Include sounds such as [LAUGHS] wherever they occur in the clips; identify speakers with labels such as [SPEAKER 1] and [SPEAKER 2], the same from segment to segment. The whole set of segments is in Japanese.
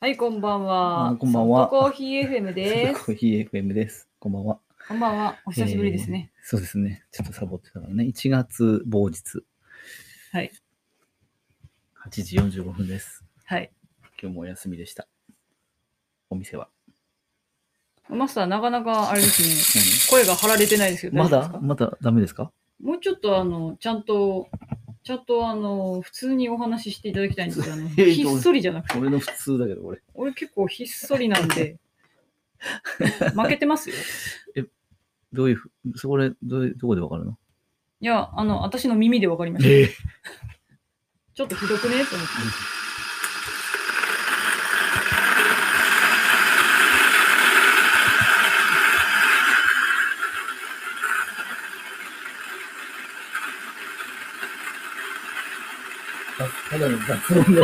[SPEAKER 1] はい、こんばん
[SPEAKER 2] あ
[SPEAKER 1] は。
[SPEAKER 2] こんばん
[SPEAKER 1] ソ
[SPEAKER 2] は
[SPEAKER 1] フトコーヒー FM です。
[SPEAKER 2] コーヒー FM です。こんばんは。
[SPEAKER 1] こんばんは。お
[SPEAKER 2] お
[SPEAKER 1] 久しぶりですね。。
[SPEAKER 2] そうですね。ちょっとサボってたからね。1月某日
[SPEAKER 1] はい。
[SPEAKER 2] 8時45分です。
[SPEAKER 1] はい。
[SPEAKER 2] 今日もお休みでした。お店は。
[SPEAKER 1] マスター、なかなかあれですね、
[SPEAKER 2] 何
[SPEAKER 1] 声が張られてないですけど、
[SPEAKER 2] ま
[SPEAKER 1] 大丈夫です
[SPEAKER 2] だ
[SPEAKER 1] か
[SPEAKER 2] まだダメですか
[SPEAKER 1] もうちょっと、あの、ちゃんと、ちゃんと、あの、普通にお話ししていただきたいんですけど、あの
[SPEAKER 2] [LAUGHS] え
[SPEAKER 1] ひっそりじゃなくて、
[SPEAKER 2] 俺の普通だけど、俺。
[SPEAKER 1] 俺結構ひっそりなんで、負けてますよ。
[SPEAKER 2] どういうふ、そこで、どういう、どこでわかるの
[SPEAKER 1] いや、あの、私の耳でわかりました。
[SPEAKER 2] ええ。
[SPEAKER 1] ちょっとひどくねと思って。
[SPEAKER 2] ただの雑音だ。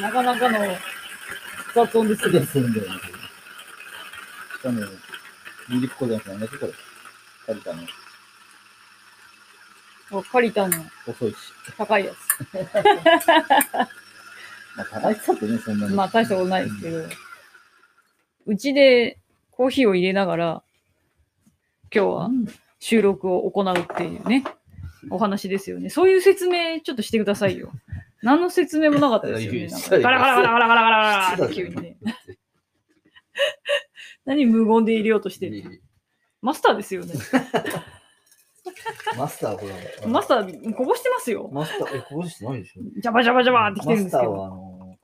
[SPEAKER 1] なかなかの雑音ですけど。
[SPEAKER 2] 雑音だよね。しかも、ミリッコじゃなくて、同じこれ。カリカの
[SPEAKER 1] カリタの
[SPEAKER 2] 遅いし。
[SPEAKER 1] 高いや
[SPEAKER 2] まあ、高いさってね、そんな
[SPEAKER 1] つ。
[SPEAKER 2] に
[SPEAKER 1] まあ、大したことないですけど。うちでコーヒーを入れながら、今日は
[SPEAKER 2] うん
[SPEAKER 1] 収録を行うっていうね、お話ですよね。そういう説明ちょっとしてくださいよ。何の説明もなかったですよね。なんかガラガラガラガラガラガラガラって急にね。何無言で入れようとしてる。マスターですよね。
[SPEAKER 3] マスターこれ
[SPEAKER 1] マスター、こぼしてますよ。
[SPEAKER 3] マスター、え、こぼしてないでしょ
[SPEAKER 1] ジャバジャバジャバってきてるんですけ
[SPEAKER 3] マスターはあ
[SPEAKER 1] ど。
[SPEAKER 3] の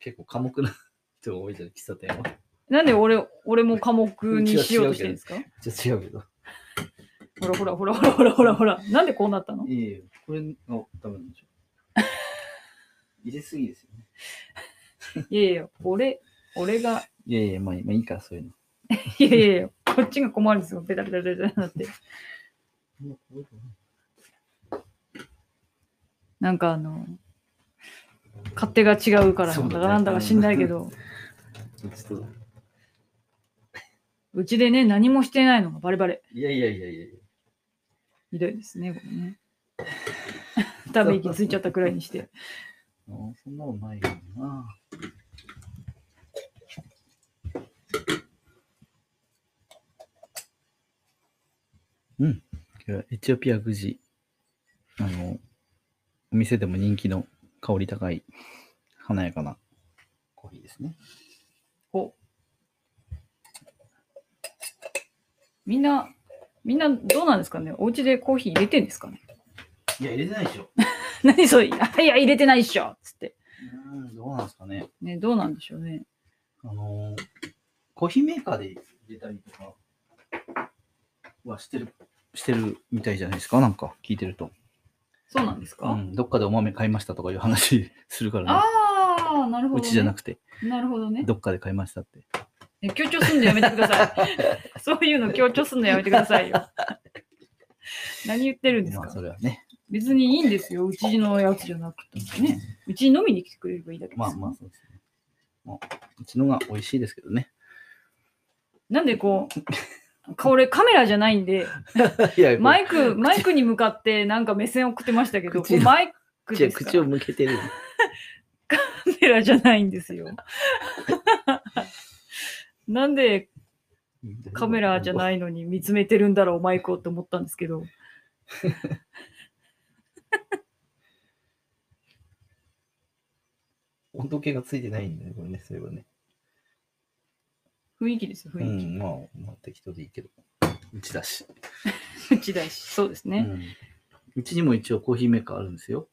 [SPEAKER 2] 結構寡黙な人が多いじゃん、喫茶店は。
[SPEAKER 1] なんで俺、俺も科目にしようとしてるんですか
[SPEAKER 3] ー、ちょっと違うけど。
[SPEAKER 1] ほらほらほらほらほらほらほら。なんでこうなったの
[SPEAKER 2] いいよ。これがダメなんでしょ。 [LAUGHS] 入れすぎですよね。
[SPEAKER 1] いやいや、俺、俺が、
[SPEAKER 2] いやいや、まあ、まあ、いいから、そういうの。
[SPEAKER 1] いやいやいや、こっちが困るんですよ。ペタペタペタペタなって。なんかあの、勝手が違うから、
[SPEAKER 2] そ
[SPEAKER 1] な
[SPEAKER 2] う
[SPEAKER 1] だ
[SPEAKER 2] んだね
[SPEAKER 1] かなんだか知んないけど、
[SPEAKER 2] ちょっと、
[SPEAKER 1] うちでね、何もしてないのがバレバレ。
[SPEAKER 2] いやいやいやいや
[SPEAKER 1] ひどいですね、これ
[SPEAKER 2] [LAUGHS]
[SPEAKER 1] ね。ため息ついちゃったくらいにして。
[SPEAKER 2] そんなことないよな。うん。今日はエチオピアグジ、あの、お店でも人気の香り高い、華やかなコーヒーですね。
[SPEAKER 1] こう。みんな、みんなどうなんですかねお家でコーヒー入れてんですかね [LAUGHS]
[SPEAKER 2] いや、入れてないでしょ。
[SPEAKER 1] 何それいや、いや入れてないっしょつって。
[SPEAKER 2] うん、どうなんですかね。
[SPEAKER 1] ね、どうなんでしょうね。
[SPEAKER 2] あのーコーヒーメーカーで入れたりとかはしてる、してるみたいじゃないですか、なんか聞いてると。
[SPEAKER 1] そうなんですか、
[SPEAKER 2] うん、どっかでお豆買いましたとかいう話 [LAUGHS] するからね。
[SPEAKER 1] ああ、なるほど、
[SPEAKER 2] う
[SPEAKER 1] ね。
[SPEAKER 2] ちじゃなくて、
[SPEAKER 1] なるほどね。
[SPEAKER 2] どっかで買いましたって。
[SPEAKER 1] え強調すんのやめてください。
[SPEAKER 2] [LAUGHS]
[SPEAKER 1] そういうの強調すんのやめてくださいよ。何言ってるんです
[SPEAKER 2] ま
[SPEAKER 1] か
[SPEAKER 2] あ、それはね。
[SPEAKER 1] 別にいいんですよ。うちのやつじゃなくてもね。うちに飲みに来てくれればいいだけです。
[SPEAKER 2] まあまあ、そうですね。まあ、うちのが美味しいですけどね。
[SPEAKER 1] なんでこう、か俺カメラじゃ [LAUGHS] ないんで、
[SPEAKER 2] いや
[SPEAKER 1] マイク、マイクに向かってなんか目線を送ってましたけど、
[SPEAKER 2] 口を
[SPEAKER 1] マイク
[SPEAKER 2] 口
[SPEAKER 1] で
[SPEAKER 2] を
[SPEAKER 1] すか
[SPEAKER 2] 口を向けてる。
[SPEAKER 1] カメラじゃないんです
[SPEAKER 2] [LAUGHS]
[SPEAKER 1] よ。なんでカメラじゃ
[SPEAKER 2] い。
[SPEAKER 1] ないのに見つめてるんだろう、マイクをって思ったんですけど。
[SPEAKER 3] 温度計がついてないんだね、これね、そういえばね。
[SPEAKER 1] 雰囲気ですよ、雰
[SPEAKER 3] う
[SPEAKER 1] 囲気。
[SPEAKER 3] ん、まあ、まあ適当でいいけど。
[SPEAKER 2] うちだし。
[SPEAKER 1] うちだし、そうです
[SPEAKER 2] う
[SPEAKER 1] ね。
[SPEAKER 2] んうちにも一応コーヒーメーカーあるんですよ。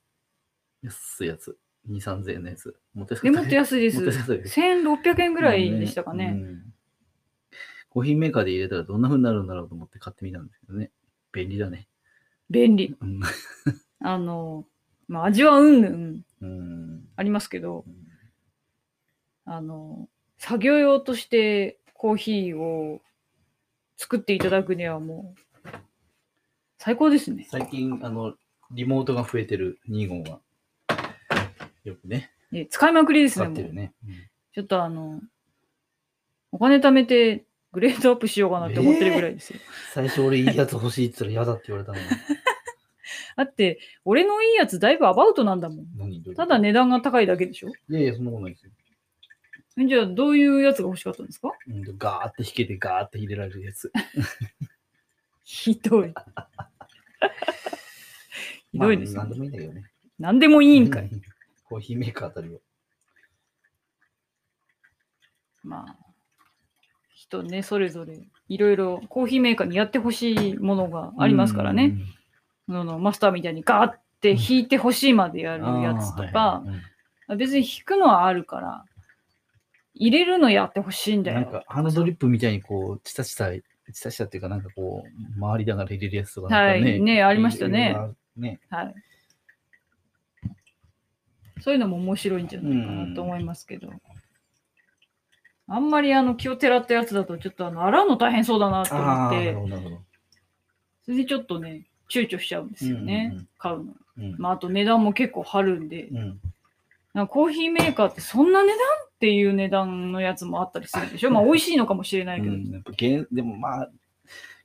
[SPEAKER 2] 安いやつ。2、3000円のやつ。持って
[SPEAKER 1] でもっと安いで
[SPEAKER 2] 持って
[SPEAKER 1] す。
[SPEAKER 2] さいよ
[SPEAKER 1] 1600円ぐらいでしたかね。
[SPEAKER 2] うんコーヒーメーカーで入れたらどんな風になるんだろうと思って買ってみたんですけどね。便利だね。
[SPEAKER 1] 便利。
[SPEAKER 2] うん。
[SPEAKER 1] あの、まあ、味はうんぬん
[SPEAKER 2] うん
[SPEAKER 1] ありますけど、あの、作業用としてコーヒーを作っていただくにはもう、最高ですね。
[SPEAKER 2] 最近、あの、リモートが増えてる2号が、よくね、
[SPEAKER 1] ね使いまくりです
[SPEAKER 2] 使
[SPEAKER 1] ね、
[SPEAKER 2] って
[SPEAKER 1] もう
[SPEAKER 2] るね。
[SPEAKER 1] ちょっとあの、お金貯めてグレードアップしようかなって思ってるぐらいですよ。
[SPEAKER 2] 最初俺いいやつ欲しいって言ったら嫌だって言われたのに。
[SPEAKER 1] だって、俺のいいやつだいぶアバウトなんだもん。
[SPEAKER 3] 何どういう
[SPEAKER 1] [LAUGHS] ただ。値段が高いだけでしょ
[SPEAKER 3] いやいや、そんなことないですよ。
[SPEAKER 1] えじゃあ、どういうやつが欲しかったんですか
[SPEAKER 2] うん、ガーって引けてガーって入れられるやつ。
[SPEAKER 1] ひどい。 [LAUGHS] ひどいですね
[SPEAKER 3] まあ何でもいいんだけどね。
[SPEAKER 1] 何でもいいんかい。
[SPEAKER 3] うん。コーヒーメーカーあたりは。
[SPEAKER 1] まあ、人ね、それぞれ、いろいろコーヒーメーカーにやってほしいものがありますから
[SPEAKER 2] うん
[SPEAKER 1] ね。。あのマスターみたいにガーって弾いてほしいまでやるやつとか、別に弾くのはあるから、入れるのやってほしいん
[SPEAKER 2] あー
[SPEAKER 1] だ
[SPEAKER 2] はいはいうんなん
[SPEAKER 1] よ。
[SPEAKER 2] か、あのドリップみたいにこう、チタチタ、チタチタっていうか、なんかこう、回りながら入れるやつとか
[SPEAKER 1] は
[SPEAKER 2] なんかね。
[SPEAKER 1] い、ね、ありましたね。。
[SPEAKER 3] ね。
[SPEAKER 1] はい。そういうのも面白いんじゃないかなと思いますけど。あんまりあの気をてらったやつだと、ちょっとあの洗うの大変そうだなと思
[SPEAKER 3] あ
[SPEAKER 1] っ
[SPEAKER 3] あ、なる
[SPEAKER 1] て、
[SPEAKER 3] ほど、なるほど。
[SPEAKER 1] それでちょっとね、躊躇しちゃうんですよね、
[SPEAKER 3] うんうん
[SPEAKER 1] 買うの。
[SPEAKER 3] うん。
[SPEAKER 1] まあ、あと値段も結構張るんで、
[SPEAKER 3] うん。
[SPEAKER 1] なんかコーヒーメーカーってそんな値段っていう値段のやつもあったりするでしょ。まあ、美味しいのかもしれないけ
[SPEAKER 2] う
[SPEAKER 1] ど、
[SPEAKER 2] ん、やっぱ厳でもまあ、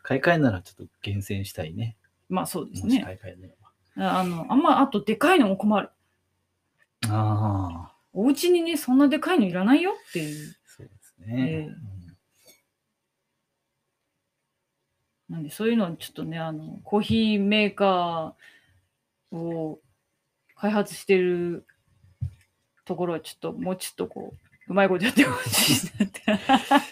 [SPEAKER 2] 買い替えならちょっと厳選したいね。
[SPEAKER 1] まあそうです
[SPEAKER 2] もし
[SPEAKER 1] ね。
[SPEAKER 2] 買い替えならば。
[SPEAKER 1] あのあんま、あとでかいのも困る。
[SPEAKER 2] ああ、
[SPEAKER 1] お家にね、そんなでかいのいらないよっていう。
[SPEAKER 2] そうですね。
[SPEAKER 1] えなんでそういうのをちょっとね、あの、コーヒーメーカーを開発してるところはちょっと、もうちょっとこう、うまいことやってほしいなって。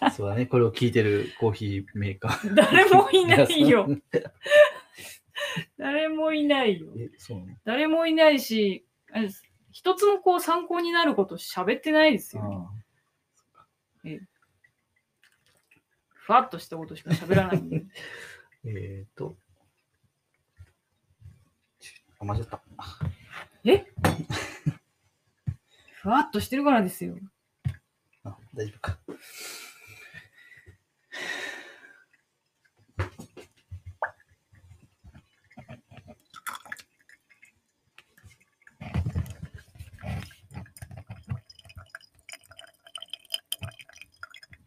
[SPEAKER 2] うんそうだね。これを聞いてるコーヒーメーカー。
[SPEAKER 1] 誰もいないよ
[SPEAKER 2] や。そう
[SPEAKER 1] 誰もいないよ。
[SPEAKER 2] [LAUGHS] え、そうなの
[SPEAKER 1] 誰もいないし、あれ一つもこう参考になること喋ってないですよね。
[SPEAKER 2] あ
[SPEAKER 1] ふわっとしたことしか喋らないんで。
[SPEAKER 2] ーえっ、ー、と。あ、間違った。
[SPEAKER 1] ふわっとしてるからですよ。
[SPEAKER 2] あ大丈夫か。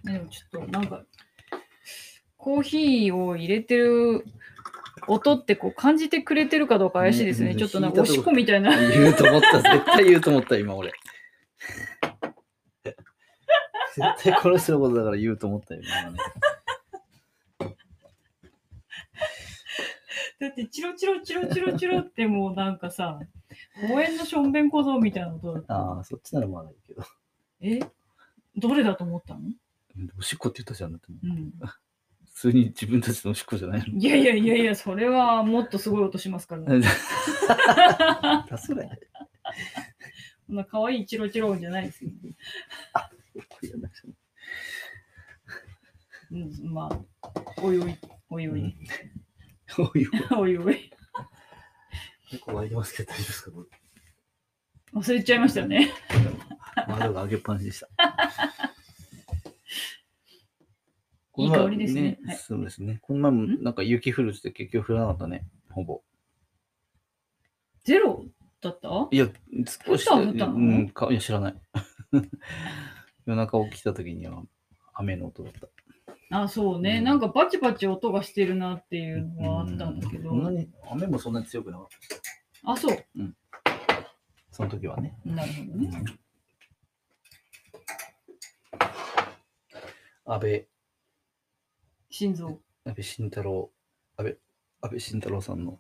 [SPEAKER 1] ねでもちょっとなんか、コーヒーを入れてる音ってこう感じてくれてるかどうか怪しいですね。
[SPEAKER 2] ね
[SPEAKER 1] ちょっとなんか
[SPEAKER 2] 聞い
[SPEAKER 1] お
[SPEAKER 2] たと
[SPEAKER 1] し
[SPEAKER 2] こ
[SPEAKER 1] っこみたいな。 [LAUGHS]
[SPEAKER 2] 言うと思った。絶対言うと思った、今俺。絶対この人のことだから言うと思ったよ、今ね。
[SPEAKER 1] だってチロチロチロチロチロってもうなんかさ、公園のしょんべん小僧みたいな音だった。
[SPEAKER 2] ああ、そっちならまだいいけど。
[SPEAKER 1] えどれだと思ったの
[SPEAKER 2] おしっこって言ったじゃん。だってもう
[SPEAKER 1] うん。
[SPEAKER 2] 普通に自分たちのおしっこじ
[SPEAKER 1] [LAUGHS]
[SPEAKER 2] ゃないの。
[SPEAKER 1] いやいやいやいや、それはもっとすごい音しますから。こ
[SPEAKER 2] だそれ。
[SPEAKER 1] んな可愛いチロチロ音じゃないですよ。うん、まあ、おいおい、おいお [LAUGHS] い、
[SPEAKER 2] おい
[SPEAKER 1] おいおい。
[SPEAKER 3] 結構湧いてますけど、大丈夫ですかこれ
[SPEAKER 1] 忘れちゃいましたね。
[SPEAKER 2] 窓が開けっぱなしでした。
[SPEAKER 1] いい香りですね
[SPEAKER 2] この前
[SPEAKER 1] はい
[SPEAKER 2] そうですね。この前も
[SPEAKER 1] ん
[SPEAKER 2] なんか雪降るって結局降らなかったね、ほぼ。
[SPEAKER 1] ゼロだった
[SPEAKER 2] いや、少しだ
[SPEAKER 1] 降ったの
[SPEAKER 2] うん、かいや、知らない。 [LAUGHS] 夜中起きた時には雨の音だった。
[SPEAKER 1] あ、そうね、
[SPEAKER 2] うん
[SPEAKER 1] なんかバチバチ音がしてるなっていうのはあったんだけど。
[SPEAKER 2] うそんなに雨もそんなに強くなかった。
[SPEAKER 1] あ、そう。
[SPEAKER 2] その時はね。
[SPEAKER 1] なるほどね。
[SPEAKER 2] 安倍、
[SPEAKER 1] 心臓。
[SPEAKER 2] 安倍晋太郎、安倍、安倍晋太郎さんの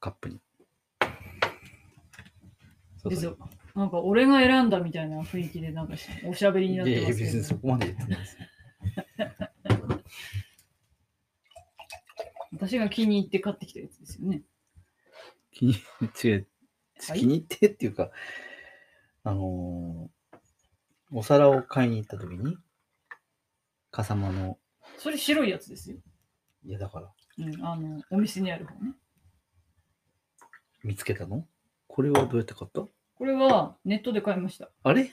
[SPEAKER 2] カップに。そうそう
[SPEAKER 1] ですなんか俺が選んだみたいな雰囲気で、なんかしおしゃべり
[SPEAKER 2] い
[SPEAKER 1] になっ
[SPEAKER 2] や
[SPEAKER 1] て
[SPEAKER 2] い
[SPEAKER 1] ま
[SPEAKER 2] や、
[SPEAKER 1] すけ
[SPEAKER 2] 別にそ
[SPEAKER 1] ど。
[SPEAKER 2] こまで言ってないです。
[SPEAKER 1] 私が気に入って買ってきたやつですよね。
[SPEAKER 2] 気に違う
[SPEAKER 1] はい
[SPEAKER 2] 気に入ってっていうか、あのーお皿を買いに行った時に、笠間の、
[SPEAKER 1] それ白いやつですよ。
[SPEAKER 2] いやだから、
[SPEAKER 1] うん、あの、お店にある方ね。
[SPEAKER 2] 見つけたのこれはどうやって買った
[SPEAKER 1] これはネットで買いました。[LAUGHS]
[SPEAKER 2] あれ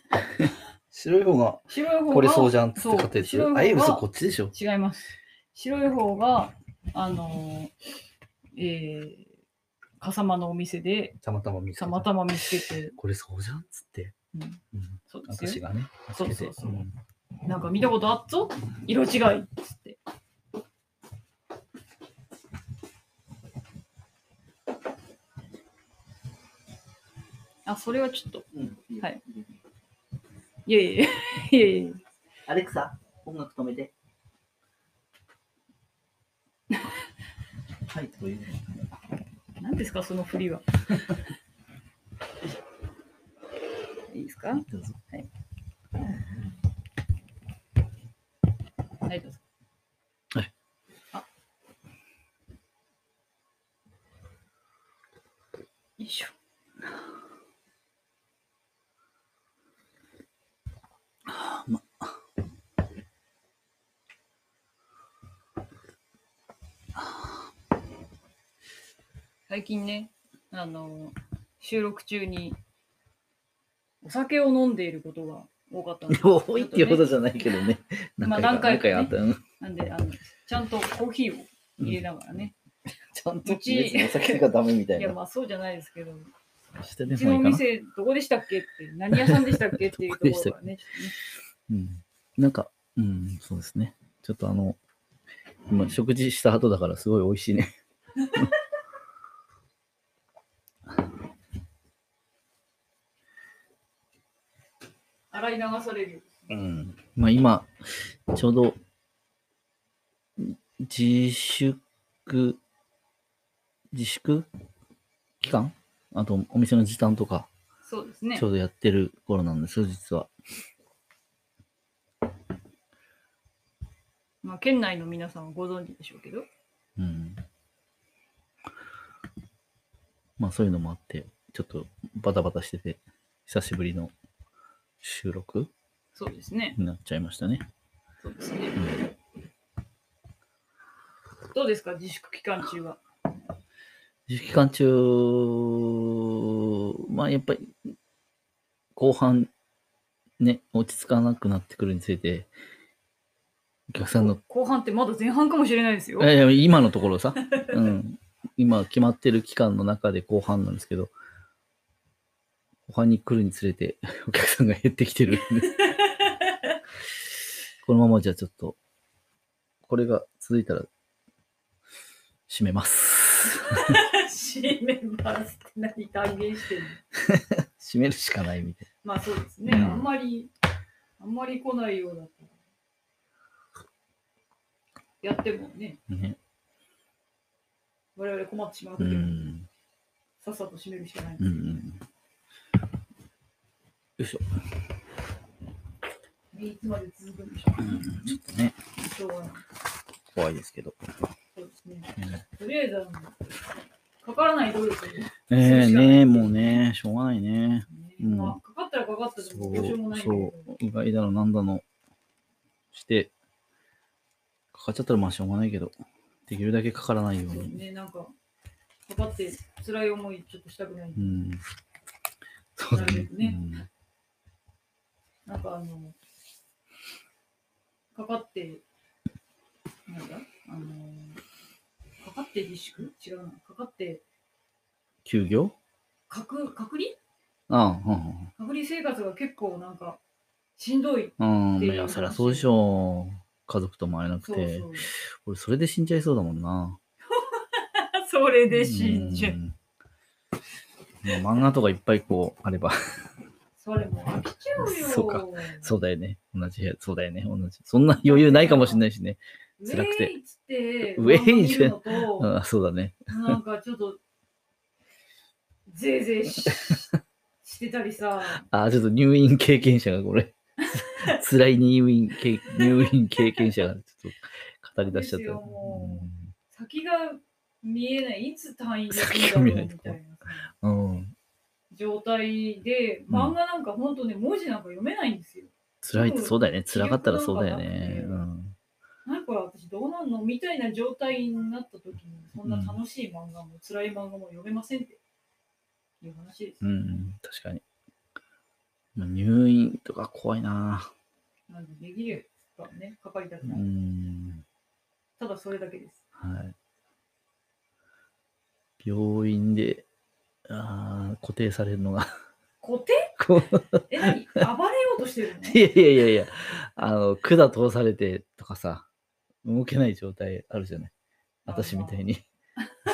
[SPEAKER 2] 白い方が、
[SPEAKER 1] 白い方が。
[SPEAKER 2] これそうじゃんっつって買ったや
[SPEAKER 1] そう白い方
[SPEAKER 2] つ。
[SPEAKER 1] が
[SPEAKER 2] あ、え、嘘、こっちでしょ。
[SPEAKER 1] 違います。白い方が、あのー、えー、笠間のお店で、
[SPEAKER 2] たまたま見つけ
[SPEAKER 1] さ
[SPEAKER 2] た。
[SPEAKER 1] またま見つけて、
[SPEAKER 2] これそうじゃんっつっ
[SPEAKER 1] う
[SPEAKER 2] て。
[SPEAKER 1] ん
[SPEAKER 2] うん
[SPEAKER 1] そうです
[SPEAKER 2] 私
[SPEAKER 1] よ。
[SPEAKER 2] がね、見つけて
[SPEAKER 1] そうそうそうんなんか見たことあっぞ色違いっつって。あ、それはちょっと。
[SPEAKER 3] うん
[SPEAKER 1] はい。いやいやいやいやいや
[SPEAKER 3] アレクサ、音楽止めて。はい、という。
[SPEAKER 1] 何ですか、その振りは。いいですか
[SPEAKER 3] どうぞ。
[SPEAKER 1] はい、どうぞ。
[SPEAKER 2] はい
[SPEAKER 1] あ。よいしょ。最近ね、あの、収録中にお酒を飲んでいることが多かったんです
[SPEAKER 2] 多いっていうほどじゃないけどね。
[SPEAKER 1] まあ
[SPEAKER 2] 何回か
[SPEAKER 1] 何回かね
[SPEAKER 2] 何回あったよ。
[SPEAKER 1] なんで、あの、ちゃんとコーヒーを入れながらね。
[SPEAKER 2] ちゃん
[SPEAKER 1] う
[SPEAKER 2] と
[SPEAKER 1] ち
[SPEAKER 2] 別にお酒がダメみたい
[SPEAKER 1] いや、
[SPEAKER 2] な。
[SPEAKER 1] まあそうじゃないですけど、う
[SPEAKER 2] してで
[SPEAKER 1] ち
[SPEAKER 2] もい
[SPEAKER 1] のお
[SPEAKER 2] いかな。
[SPEAKER 1] 店どこでしたっけって、何屋さんでしたっけっていうと [LAUGHS] ころがね、
[SPEAKER 2] うん。なんか、うん、そうですね。ちょっとあの、今食事した後だからすごい美味しいね。
[SPEAKER 1] 洗い流される。
[SPEAKER 2] うん。まあ今、ちょうど、自粛、自粛期間あと、お店の時短とか、
[SPEAKER 1] そうですね
[SPEAKER 2] ちょ。うどやってる頃なんですよ、実は。
[SPEAKER 1] まあ県内の皆さんはご存知でしょうけど、
[SPEAKER 2] うん。まあそういうのもあって、ちょっとバタバタしてて、久しぶりの収録
[SPEAKER 1] そうですね。
[SPEAKER 2] になっちゃいましたね。
[SPEAKER 1] そうですね。どうですか、自粛期間中は。
[SPEAKER 2] 自粛期間中、まあやっぱり、後半、ね、落ち着かなくなってくるについて、お客さんの、
[SPEAKER 1] 後半ってまだ前半かもしれないですよ [LAUGHS]
[SPEAKER 2] い。やいや今のところさ、うん、今決まってる期間の中で後半なんですけど、後半に来るにつれて、お客さんが減ってきて [LAUGHS] る。このままじゃちょっと、これが続いたら、閉めます。 [LAUGHS]
[SPEAKER 1] 締めますって何断言してるの
[SPEAKER 2] 閉めるしかないみたいな。
[SPEAKER 1] まあそうですね。
[SPEAKER 2] うん
[SPEAKER 1] あんまり、あんまり来ないようだから。やってもね、
[SPEAKER 2] ね。
[SPEAKER 1] 我々困ってしまう
[SPEAKER 2] う
[SPEAKER 1] けど、
[SPEAKER 2] ん。
[SPEAKER 1] さっさと閉めるしかない。
[SPEAKER 2] うんうん。よいしょ。
[SPEAKER 1] いつまで続くんでしょう
[SPEAKER 2] う
[SPEAKER 1] ね。
[SPEAKER 2] ん、ちょっとね、
[SPEAKER 1] しょうがない。
[SPEAKER 2] 怖いですけど。
[SPEAKER 1] そうですね。
[SPEAKER 2] ね
[SPEAKER 1] とりあえずあの、かからない努力をね。
[SPEAKER 2] え
[SPEAKER 1] そうしかない
[SPEAKER 2] ねえ、もうね、しょうがないね。うん
[SPEAKER 1] まあ、かかったらかかったでもどうしようもないんだけ
[SPEAKER 2] そ
[SPEAKER 1] ど。
[SPEAKER 2] う、うがいだの、なんだの、して、かかっちゃったらまあしょうがないけど、できるだけかからないよう
[SPEAKER 1] そう
[SPEAKER 2] に。
[SPEAKER 1] ね、なんか、かかって辛い思いちょっとしたくない。
[SPEAKER 2] うん。そうだ
[SPEAKER 1] なる
[SPEAKER 2] ね
[SPEAKER 1] べ。くねなんかあの、かかって、なんだあの、かかって自粛違うな。かかって、
[SPEAKER 2] 休業
[SPEAKER 1] 隔隔離
[SPEAKER 2] あ
[SPEAKER 1] 隔離生活が結構なんか、しんどい。
[SPEAKER 2] あ、うん。うん。いや、そりゃそうでしょう。家族とも会えなく
[SPEAKER 1] そ
[SPEAKER 2] て。
[SPEAKER 1] うそう。
[SPEAKER 2] 俺、それで死んじゃいそうだもんな。
[SPEAKER 1] [LAUGHS] それで
[SPEAKER 2] う。んまあ漫画とかいっぱいこうあれば、 [LAUGHS]
[SPEAKER 1] それもう飽きちゃうよ。
[SPEAKER 2] そうかそうだよね。同じ部屋、そうだよね。同じ。そんな余裕ないかもしれないしね。辛くて
[SPEAKER 1] ウェイっつって、
[SPEAKER 2] ウェイじゃ
[SPEAKER 1] 漫画見るの
[SPEAKER 2] あそうだね。
[SPEAKER 1] と、なんかちょっと、ぜいぜいししてたり
[SPEAKER 2] [LAUGHS]
[SPEAKER 1] さ、
[SPEAKER 2] あ、ちょっと入院経験者がこ
[SPEAKER 1] [LAUGHS]
[SPEAKER 2] れ。辛い入院経入院経験者がちょっと語り出しちゃった。
[SPEAKER 1] ですよも先が見えない、いつ退院でき
[SPEAKER 2] 先
[SPEAKER 1] る
[SPEAKER 2] が
[SPEAKER 1] ん
[SPEAKER 2] 見
[SPEAKER 1] だ
[SPEAKER 2] え
[SPEAKER 1] ろう
[SPEAKER 2] ない
[SPEAKER 1] み
[SPEAKER 2] と
[SPEAKER 1] たいなさ
[SPEAKER 2] うん。うん
[SPEAKER 1] 状態で、
[SPEAKER 2] うん
[SPEAKER 1] 漫画なんか本当ね、文字なんか読めないんですよ。
[SPEAKER 2] 辛いってそうだよね。辛かったらそうだよね。うん。
[SPEAKER 1] なんか私どうなんのみたいな状態になった時に、そんな楽しい漫画も辛い漫画も読めませんっていう話です
[SPEAKER 2] う。ん。確かに。まあ入院とか怖いな。
[SPEAKER 1] なんでできればね、かかりたく
[SPEAKER 2] う
[SPEAKER 1] ない。
[SPEAKER 2] ん。
[SPEAKER 1] ただそれだけです。
[SPEAKER 2] はい。病院で、あー固定されるのが、
[SPEAKER 1] 固定
[SPEAKER 2] こう、 [LAUGHS]
[SPEAKER 1] え、何暴れようとしてるの
[SPEAKER 2] いやいやいやいや、あの、管通されてとかさ、動けない状態あるじゃない。私みたいに。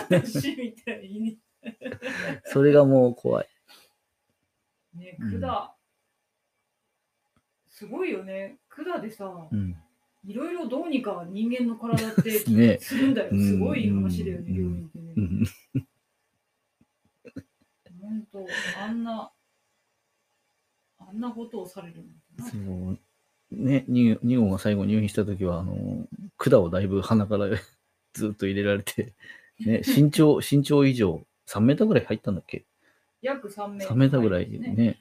[SPEAKER 1] 私みたいに。
[SPEAKER 2] [LAUGHS] それがもう怖い。
[SPEAKER 1] ね、
[SPEAKER 2] うん
[SPEAKER 1] 管、すごいよね。管でさ、
[SPEAKER 2] うん。
[SPEAKER 1] いろいろどうにか人間の体っ
[SPEAKER 2] で
[SPEAKER 1] て
[SPEAKER 2] [LAUGHS] すね。
[SPEAKER 1] するんだよ。
[SPEAKER 2] うん
[SPEAKER 1] すごい話だよね、
[SPEAKER 2] うん
[SPEAKER 1] 料理ってね
[SPEAKER 2] う。ん。
[SPEAKER 1] 本当、あんな、あんなことをされるなんて
[SPEAKER 2] そ
[SPEAKER 1] な。
[SPEAKER 2] う。ね、ニュニゴが最後入院したときは、あの、管をだいぶ鼻から [LAUGHS] ずっと入れられて、 [LAUGHS] ね、身長、身長以上、3メーターぐらい入ったんだっけ
[SPEAKER 1] 約3メーター。
[SPEAKER 2] ?3 メーターぐらいね、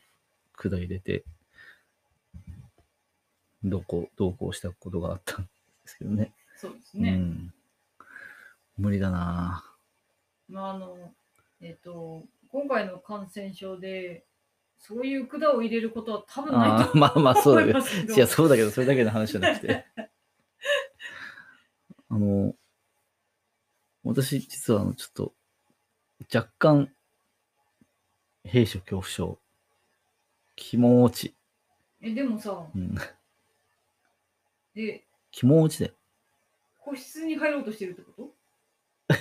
[SPEAKER 2] 管入れて、どうこう、どうこうしたことがあったんですけどね。
[SPEAKER 1] そうです
[SPEAKER 2] う
[SPEAKER 1] ね。
[SPEAKER 2] ん。無理だなぁ
[SPEAKER 1] まあ、あの、えっ、と、今回の感染症で、そういう管を入れることは多分ない
[SPEAKER 2] あーまあまあ、
[SPEAKER 1] と
[SPEAKER 2] そ
[SPEAKER 1] [LAUGHS]
[SPEAKER 2] う
[SPEAKER 1] 思
[SPEAKER 2] だけ
[SPEAKER 1] い
[SPEAKER 2] ど
[SPEAKER 1] ま。すけど。
[SPEAKER 2] いや、そうだけど、それだけの話じゃなく [LAUGHS] て。あの、私、実は、あの、ちょっと、若干、閉所恐怖症、気持ち、
[SPEAKER 1] え、でもさ、
[SPEAKER 2] うん、
[SPEAKER 1] で、
[SPEAKER 2] 気持ちで、 [LAUGHS]
[SPEAKER 1] 個室に入ろうとしてるってこと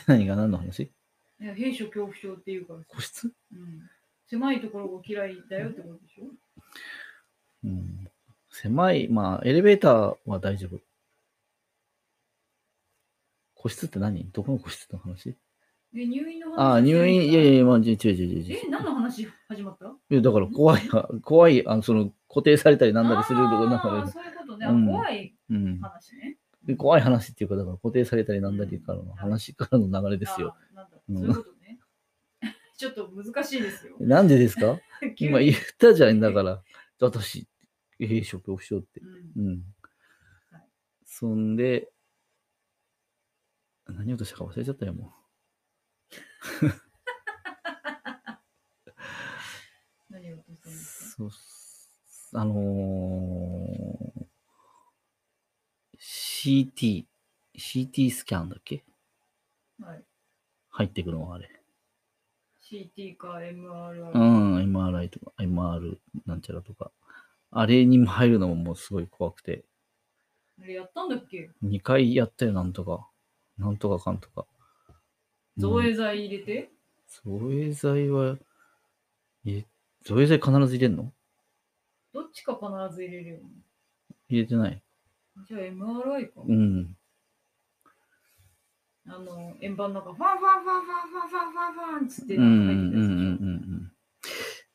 [SPEAKER 2] 何が何の話
[SPEAKER 1] いや、閉所恐怖症っていうからさ、
[SPEAKER 2] 個室
[SPEAKER 1] うん、狭いところが嫌いだよってことでしょ
[SPEAKER 2] うん。狭い、まあ、エレベーターは大丈夫。個室って何どこの個室の話
[SPEAKER 1] で、入院の話
[SPEAKER 2] ああ、入院、いやいや
[SPEAKER 1] や。
[SPEAKER 2] いや、まあ、違う違う違う違う。
[SPEAKER 1] え、何の話始まった
[SPEAKER 2] いや、だから怖い [LAUGHS] わ、怖い、あの、その、固定されたりなんだりするとこなん
[SPEAKER 1] あー
[SPEAKER 2] か
[SPEAKER 1] そういうことね。
[SPEAKER 2] うん
[SPEAKER 1] あ怖い
[SPEAKER 2] うん。
[SPEAKER 1] 話ね。
[SPEAKER 2] で怖い話っていうか、だから固定されたりなんだりからの話からの流れですよ。
[SPEAKER 1] あー。なんだ、
[SPEAKER 2] うん
[SPEAKER 1] そういうことね。 [LAUGHS] ちょっと難しいですよ。
[SPEAKER 2] なんでですか
[SPEAKER 1] 急に
[SPEAKER 2] [LAUGHS] 今言ったじゃん、だから、私、閉所恐怖症って。
[SPEAKER 1] うん
[SPEAKER 2] うん
[SPEAKER 1] はい。
[SPEAKER 2] そんで、何をとしたか忘れちゃったよ、も
[SPEAKER 1] 何を落とした
[SPEAKER 2] う。
[SPEAKER 1] んですか
[SPEAKER 2] そうっす、あのー、CT、CT スキャンだっけ
[SPEAKER 1] はい、
[SPEAKER 2] 入ってくのはあれ。
[SPEAKER 1] CT か MRI。
[SPEAKER 2] うん、MRI とか、MR なんちゃらとか。あれにも入るのももうすごい怖くて。
[SPEAKER 1] あれやったんだっけ
[SPEAKER 2] 2回やったよ、なんとか。なんとかかんとか。
[SPEAKER 1] 造
[SPEAKER 2] うん
[SPEAKER 1] 影剤入れて、
[SPEAKER 2] 造影剤は、え、造影剤必ず入れんの
[SPEAKER 1] どっちか必ず入れるよね。
[SPEAKER 2] 入れてない。
[SPEAKER 1] じゃあ MRI か。
[SPEAKER 2] うん。
[SPEAKER 1] あの、円盤の中、ファンファンファンファンファンファンファンファンっつって
[SPEAKER 2] うんうん
[SPEAKER 1] 入って
[SPEAKER 2] うんう
[SPEAKER 1] たやつでしょ
[SPEAKER 2] んうん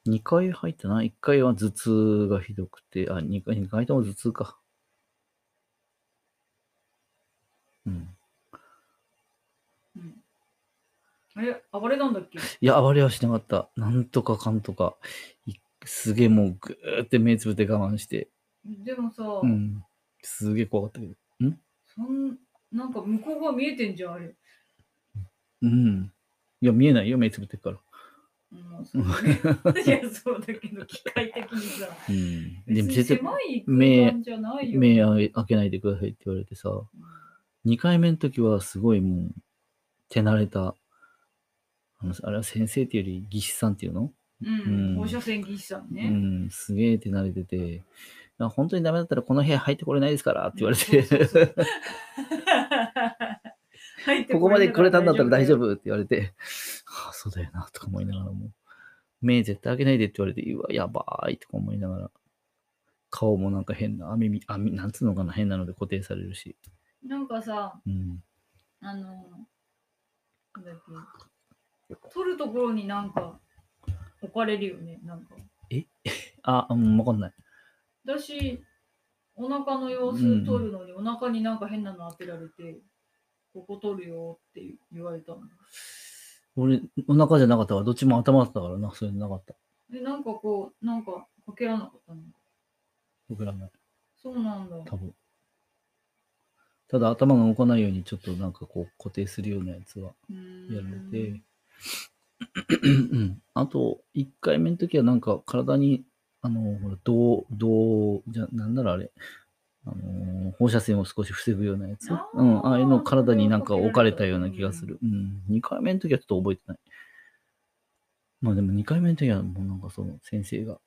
[SPEAKER 2] うん。2回入ってない ?1 回は頭痛がひどくて、あ、2回、二回とも頭痛か。うん。
[SPEAKER 1] うんえ、暴れたんだっけ
[SPEAKER 2] いや、暴れはしなかった。なんとかかんとか。いすげえもうぐーって目つぶって我慢して。
[SPEAKER 1] でもさ、
[SPEAKER 2] うん。すげえ怖かったけど。
[SPEAKER 1] そんなんか向こう側見えてんじゃん、あれ。
[SPEAKER 2] うん。いや、見えないよ、目つぶってっから。
[SPEAKER 1] うん、そうね [LAUGHS] いや、そうだけど、機械的にさ。
[SPEAKER 2] うん。で
[SPEAKER 1] 別
[SPEAKER 2] も
[SPEAKER 1] に
[SPEAKER 2] 絶対
[SPEAKER 1] 狭い
[SPEAKER 2] 目
[SPEAKER 1] 空間じゃないよ。
[SPEAKER 2] 目あげ開けないでくださいって言われてさ、2回目の時はすごいもう、手慣れた、あの、あれは先生っていうより技師さんっていうの
[SPEAKER 1] う
[SPEAKER 2] うん
[SPEAKER 1] ん、放射線技師さん
[SPEAKER 2] う
[SPEAKER 1] ね。
[SPEAKER 2] ん、すげえ手慣れてて、あ本当にダメだったらこの部屋入ってこれないですからって言われ
[SPEAKER 1] うんそうそ
[SPEAKER 2] て
[SPEAKER 1] う、そう入って
[SPEAKER 2] [LAUGHS] ここまで来れたんだったら大丈
[SPEAKER 1] 夫
[SPEAKER 2] 夫って言われて、はあ、そうだよなとか思いながらも、目絶対開けないでって言われて、うわ、やばーいとか思いながら、顔もなんか変な、あ耳、あみなんつうのかな、変なので固定されるし、
[SPEAKER 1] なんかさ、
[SPEAKER 2] うん、
[SPEAKER 1] あの、なんだっけ、取るところになんか置かれるよね、なんか。
[SPEAKER 2] あ、うん、わかんない。
[SPEAKER 1] 私、お腹の様子取るのに、お腹になんか変なの当てられて、ここ取るよって言われたの。
[SPEAKER 2] 俺、お腹じゃなかったから、どっちも頭だったからな、それなかった。
[SPEAKER 1] で、なんかこう、なんかかけらなかったの。
[SPEAKER 2] 僕らない、
[SPEAKER 1] そうなんだ。
[SPEAKER 2] 多分。ただ頭が動かないように、ちょっとなんかこう固定するようなやつは
[SPEAKER 1] うーん
[SPEAKER 2] やられて、 [COUGHS] あと、1回目の時はなんか体に、あの、ほら、銅、銅、じゃ、なんならあれ、あのー放射線を少し防ぐようなやつ。
[SPEAKER 1] あー
[SPEAKER 2] うん、ああいうのを体になんか置かれたような気がする。うん、2回目の時はちょっと覚えてない。まあでも2回目の時はもうなんかその先生が、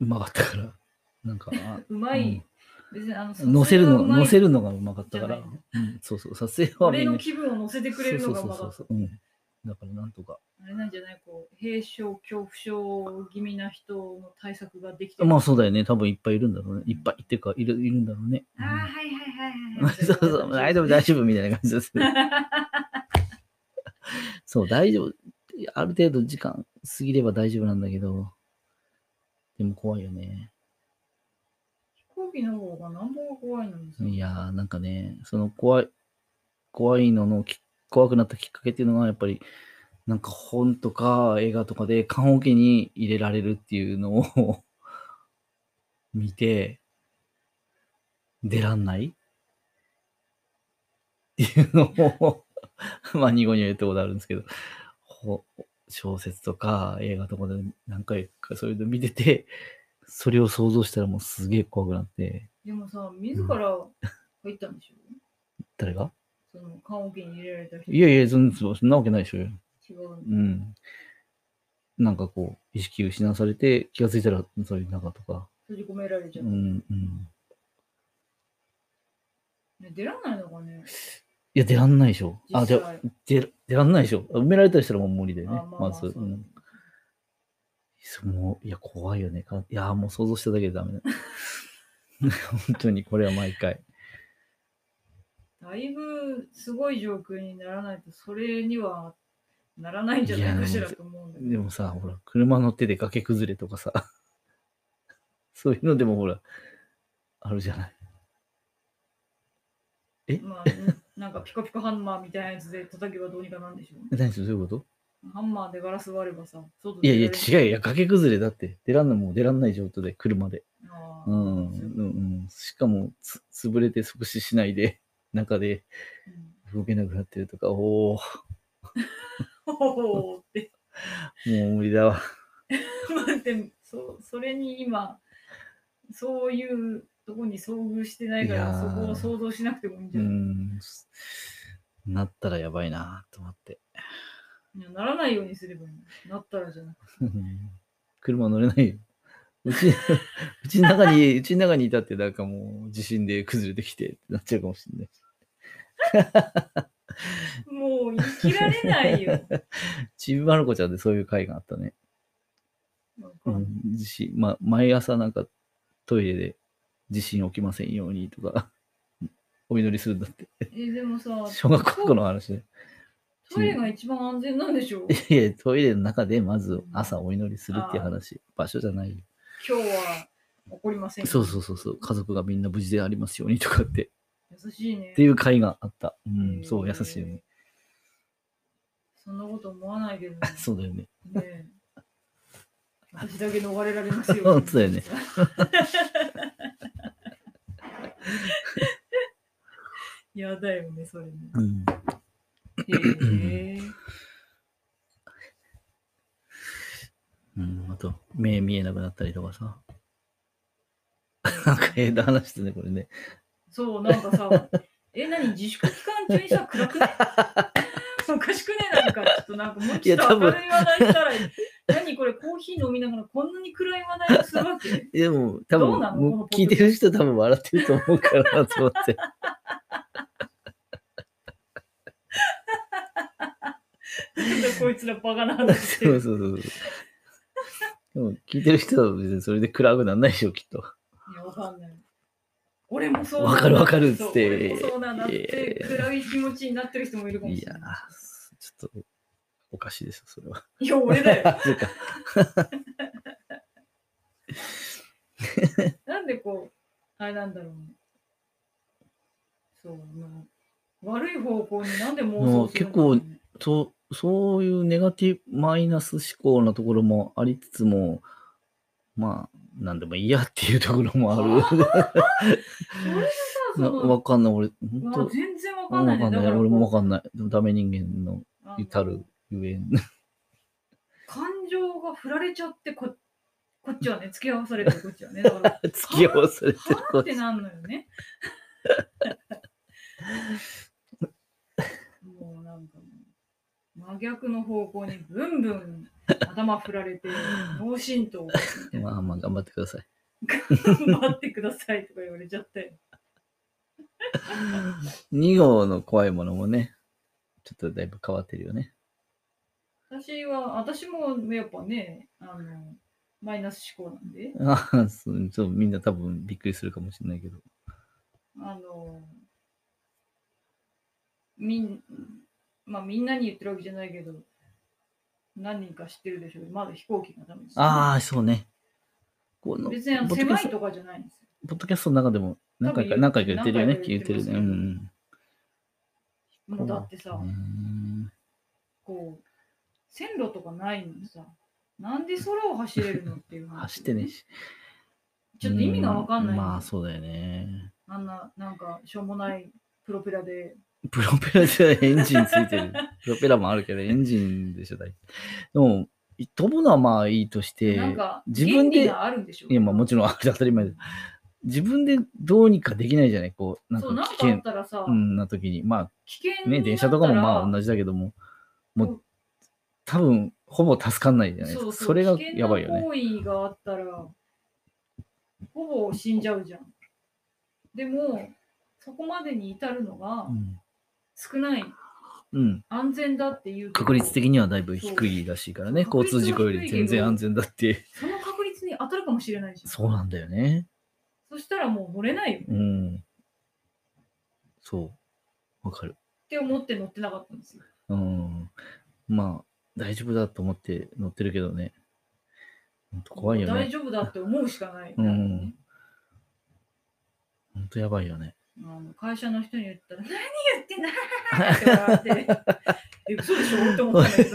[SPEAKER 2] うまかったから、なんか、あ
[SPEAKER 1] うま
[SPEAKER 2] うん
[SPEAKER 1] い。別にあの、
[SPEAKER 2] 乗せる
[SPEAKER 1] 撮影はう
[SPEAKER 2] の、
[SPEAKER 1] まい
[SPEAKER 2] 乗せるのがうまかったから、
[SPEAKER 1] じゃない
[SPEAKER 2] うん、そうそう、撮影はみ
[SPEAKER 1] 俺
[SPEAKER 2] んな
[SPEAKER 1] の気分を乗せてくれるのがうまか
[SPEAKER 2] そう
[SPEAKER 1] った
[SPEAKER 2] そうそうそう、うん。だからなんとか。
[SPEAKER 1] あれなんじゃないこう、閉症、恐怖症気味な人の対策ができて
[SPEAKER 2] まあ
[SPEAKER 1] う。
[SPEAKER 2] そうだよね。多分いっぱいいるんだろうね。いっぱいっていうか、いるいるんだろうね。
[SPEAKER 1] ああ、はいはいはい
[SPEAKER 2] うん [LAUGHS]
[SPEAKER 1] はい。
[SPEAKER 2] そうそう、大丈夫、大丈夫みたいな感じです。 [LAUGHS] そう、大丈夫。ある程度時間過ぎれば大丈夫なんだけど、でも怖いよね。
[SPEAKER 1] 飛行機の方が何も怖いのにさ。
[SPEAKER 2] いやー、なんかね、その怖い、怖いののき、怖くなったきっかけっていうのが、やっぱり、なんか本とか映画とかで、棺桶に入れられるっていうのを見て、出らんないっていうのを、 [LAUGHS] まあ、ニゴニゴ言ったことあるんですけど、ほ小説とか映画とかで何回かそういうの見てて、それを想像したらもうすげえ怖くなって、
[SPEAKER 1] でもさ、自ら入ったんでしょ、
[SPEAKER 2] 誰が
[SPEAKER 1] その、棺桶に入れられた人
[SPEAKER 2] いやいや、そんそんなわけないでしょ。
[SPEAKER 1] 違う
[SPEAKER 2] う
[SPEAKER 1] の。
[SPEAKER 2] ん。なんかこう、意識失わされて、気がついたら、そういう中とか。
[SPEAKER 1] 閉じ込められちゃ
[SPEAKER 2] う
[SPEAKER 1] う。
[SPEAKER 2] ん、うん。
[SPEAKER 1] ね出らんないのかね
[SPEAKER 2] いや、出らんないでしょ。あ、
[SPEAKER 1] 実
[SPEAKER 2] じ
[SPEAKER 1] 際。
[SPEAKER 2] ゃ出出らんないでしょ。埋められたりしたらもう無理だよね
[SPEAKER 1] あ、まあま
[SPEAKER 2] ま
[SPEAKER 1] あ
[SPEAKER 2] ず。
[SPEAKER 1] そう
[SPEAKER 2] うんそうもう、いや、怖いよね。かいや、もう想像しただけでダメだ。 [LAUGHS] 本当に、これは毎回。
[SPEAKER 1] だいぶすごい状況にならないと、それにはならないんじゃ
[SPEAKER 2] い
[SPEAKER 1] な
[SPEAKER 2] や
[SPEAKER 1] い
[SPEAKER 2] でも
[SPEAKER 1] かしらと思うんだけど。
[SPEAKER 2] でもさ、ほら、車乗ってて崖崩れとかさ、 [LAUGHS] そういうのでもほら、あるじゃない。
[SPEAKER 1] まあ、なんかピカピカハンマーみたいなやつで叩けばどうにかなんでしょ
[SPEAKER 2] 何それどういうこと
[SPEAKER 1] ハンマーでガラス割ればさ、外
[SPEAKER 2] い
[SPEAKER 1] 出
[SPEAKER 2] や
[SPEAKER 1] られ
[SPEAKER 2] い
[SPEAKER 1] る
[SPEAKER 2] や、違うよいや、崖崩れだって。出らんのもう出らんない状態で、車で。
[SPEAKER 1] あ
[SPEAKER 2] う
[SPEAKER 1] ー
[SPEAKER 2] ん、うん、。
[SPEAKER 1] そうういうん
[SPEAKER 2] しかも、つ潰れて即死しないで、 [LAUGHS] 中で動けなくなってるとか、おお、も
[SPEAKER 1] うんおーって。
[SPEAKER 2] う無理だわ。
[SPEAKER 1] 待ってそ、それに今、そういうとこに遭遇してないか
[SPEAKER 2] いや
[SPEAKER 1] ら、そ
[SPEAKER 2] ー
[SPEAKER 1] こを想像しなくてもいいんじ
[SPEAKER 2] う
[SPEAKER 1] ゃない、
[SPEAKER 2] ん。なったらやばいなと思って。 [LAUGHS]
[SPEAKER 1] いやならないようにすればいいの。なったらじゃなくて。
[SPEAKER 2] 車乗れないよ。うち、 [LAUGHS] うちの中に、うちの中にいたって、なんかもう地震で崩れてきてってなっちゃうかもしれない。
[SPEAKER 1] もう生きられない
[SPEAKER 2] [LAUGHS]
[SPEAKER 1] よ。
[SPEAKER 2] ちびまる子ちゃんでそういう回があったね。
[SPEAKER 1] なんか
[SPEAKER 2] うん地震、まあ、毎朝なんかトイレで地震起きませんようにとか、 [LAUGHS] お祈りするんだって。
[SPEAKER 1] えでもさ、
[SPEAKER 2] 小学校の話で。
[SPEAKER 1] トイレが一番安全なんでしょ
[SPEAKER 2] いやいや、トイレの中でまず朝お祈りするっていう話、場所じゃないよ。
[SPEAKER 1] 今日は怒りません。
[SPEAKER 2] そうそうそうそう、家族がみんな無事でありますようにとかって、
[SPEAKER 1] 優しいね。
[SPEAKER 2] っていう会があった。うん
[SPEAKER 1] へ、ー
[SPEAKER 2] そう、優しいよね。 [LAUGHS]
[SPEAKER 1] そんなこと思わないけど、ね
[SPEAKER 2] そうだよね。。
[SPEAKER 1] え私だけ逃れられますよ
[SPEAKER 2] [LAUGHS] 本当だよね。
[SPEAKER 1] [LAUGHS] やだよね、そ
[SPEAKER 2] [LAUGHS]
[SPEAKER 1] れね。
[SPEAKER 2] うん。
[SPEAKER 1] へえ。
[SPEAKER 2] うん、あと、目見えなくなったりとかさ。 [LAUGHS] なんか変な話ですね、これね。
[SPEAKER 1] そう、なんかさ、 [LAUGHS] え、何自粛期間中にさ、暗くね [LAUGHS] おかしくねなんか、ちょっとなんかもうちょっ
[SPEAKER 2] いや多
[SPEAKER 1] と
[SPEAKER 2] 分
[SPEAKER 1] 明るい話題したらいい、 [LAUGHS] 何これ、コーヒー飲みながらこんなに暗い話題をするわけ [LAUGHS]
[SPEAKER 2] でも、多
[SPEAKER 1] どうな
[SPEAKER 2] 分、
[SPEAKER 1] のこ
[SPEAKER 2] も
[SPEAKER 1] の
[SPEAKER 2] う聞いてる人多分笑ってると思うから [LAUGHS] なと思って。
[SPEAKER 1] なんだこいつらバカな話して
[SPEAKER 2] そう
[SPEAKER 1] る。
[SPEAKER 2] そうそうそう。でも、聞いてる人は別にそれで暗くならないでしょ、きっと。
[SPEAKER 1] いや、わかんない。俺もそう
[SPEAKER 2] わかるわかるっつって
[SPEAKER 1] そう俺もそうなんだって、
[SPEAKER 2] えー
[SPEAKER 1] 暗い気持ちになってる人もいるかも
[SPEAKER 2] い
[SPEAKER 1] しれ
[SPEAKER 2] やー
[SPEAKER 1] ない。、
[SPEAKER 2] ちょっと、おかしいですよ、それは。
[SPEAKER 1] いや、俺だ
[SPEAKER 2] [LAUGHS]
[SPEAKER 1] よ。
[SPEAKER 2] そうか。
[SPEAKER 1] なんでこう、あれなんだろうね。そう、もう悪い方向になんで妄想するのか
[SPEAKER 2] もう
[SPEAKER 1] ね
[SPEAKER 2] 結そう、そういうネガティブ、マイナス思考なところもありつつも、まあ、なんでもいいやっていうところ
[SPEAKER 1] [LAUGHS]
[SPEAKER 2] もあ
[SPEAKER 1] 俺がさ、
[SPEAKER 2] る。
[SPEAKER 1] そ
[SPEAKER 2] な
[SPEAKER 1] の、
[SPEAKER 2] わかんない、俺、
[SPEAKER 1] まあ
[SPEAKER 2] 本
[SPEAKER 1] 全然わ
[SPEAKER 2] 当
[SPEAKER 1] かんないね。だからこう
[SPEAKER 2] 俺もわかんない。でもダメ人間の
[SPEAKER 1] あの
[SPEAKER 2] 至るゆえん。
[SPEAKER 1] 感情が振られちゃってこ、こっちはね、付き合わされてるこっちはね。だから
[SPEAKER 2] 突き合わされてる
[SPEAKER 1] はあってなんのよね。もうなんかもう真逆の方向にブンブン頭振られて脳震盪みたい
[SPEAKER 2] まあ
[SPEAKER 1] な
[SPEAKER 2] まあ、頑張ってください。
[SPEAKER 1] 頑張ってくださいとか言われちゃって
[SPEAKER 2] 2号の怖いものもね、ちょっとだいぶ変わってるよね。
[SPEAKER 1] 私は、私もやっぱね、あの、マイナス思考なんで、
[SPEAKER 2] あそうそうみんな多分びっくりするかもしれないけど。
[SPEAKER 1] あの、みん、まあみんなに言ってるわけじゃないけど、何人か知ってるでしょうけどまだ飛行機がダメです、
[SPEAKER 2] ああ、そうね。この
[SPEAKER 1] 別にあの
[SPEAKER 2] ポッドキ
[SPEAKER 1] 狭
[SPEAKER 2] ャス
[SPEAKER 1] い
[SPEAKER 2] ト
[SPEAKER 1] とかじゃないんですよ。
[SPEAKER 2] ポッドキャストの中でも何回か
[SPEAKER 1] 多分
[SPEAKER 2] 何回か言ってるよねっ
[SPEAKER 1] 何
[SPEAKER 2] て
[SPEAKER 1] 回
[SPEAKER 2] 言
[SPEAKER 1] か
[SPEAKER 2] って
[SPEAKER 1] 言って
[SPEAKER 2] る
[SPEAKER 1] ますけ
[SPEAKER 2] ね。う
[SPEAKER 1] ど
[SPEAKER 2] ん。
[SPEAKER 1] もうだってさ、
[SPEAKER 2] うん
[SPEAKER 1] こう、線路とかないのにさ、なんで空を走れるのっていう話
[SPEAKER 2] 走ってねえし。
[SPEAKER 1] ちょっと意味がわかんない、
[SPEAKER 2] うまあそうだよね。
[SPEAKER 1] あんな、なんか、しょうもないプロペラで、
[SPEAKER 2] プロペラじゃないエンジンついて
[SPEAKER 1] [LAUGHS]
[SPEAKER 2] る。プロペラもあるけどエンジンでしょ、大体。でも、飛ぶのはまあいいとして、
[SPEAKER 1] なんか、
[SPEAKER 2] 自分で
[SPEAKER 1] 原理があるんでしょ
[SPEAKER 2] いやまあもちろん当たり前だ自分でどうにかできないじゃないこう、なん
[SPEAKER 1] そう、
[SPEAKER 2] か
[SPEAKER 1] なん
[SPEAKER 2] 危
[SPEAKER 1] かあっ
[SPEAKER 2] 険
[SPEAKER 1] たらさ、
[SPEAKER 2] うんな時に。ま
[SPEAKER 1] 危険
[SPEAKER 2] あね、電車とかもまあ同
[SPEAKER 1] じ
[SPEAKER 2] じだけども、もう多分ほぼ助かんないじゃないです
[SPEAKER 1] そ
[SPEAKER 2] か。
[SPEAKER 1] う
[SPEAKER 2] そうれが
[SPEAKER 1] 危険な
[SPEAKER 2] やばいよね。
[SPEAKER 1] 行為があったら、ほぼ死んじゃうじゃん。でも、そこまでに至るのが
[SPEAKER 2] うん
[SPEAKER 1] 少ない、
[SPEAKER 2] うん。
[SPEAKER 1] 安全だっていうけど
[SPEAKER 2] 確率的にはだいぶ低いらしいからね。
[SPEAKER 1] そう
[SPEAKER 2] 交通事故より全然安全だって。
[SPEAKER 1] その確率に当たるかもしれないじゃん。
[SPEAKER 2] そうなんだよね。
[SPEAKER 1] そしたらもう乗れないよっ
[SPEAKER 2] うん。そう。わかる。
[SPEAKER 1] て思って乗ってなかったんですよ。
[SPEAKER 2] うん。まあ、大丈夫だと思って乗ってるけどね。ほんと怖いよ
[SPEAKER 1] 大
[SPEAKER 2] ね。
[SPEAKER 1] 丈夫だって思うしかない。
[SPEAKER 2] うんほんとやばいよね。
[SPEAKER 1] あの会社の人に言ったら、何言ってんだって笑って、 [LAUGHS] え、嘘でしょって思ったんだけど、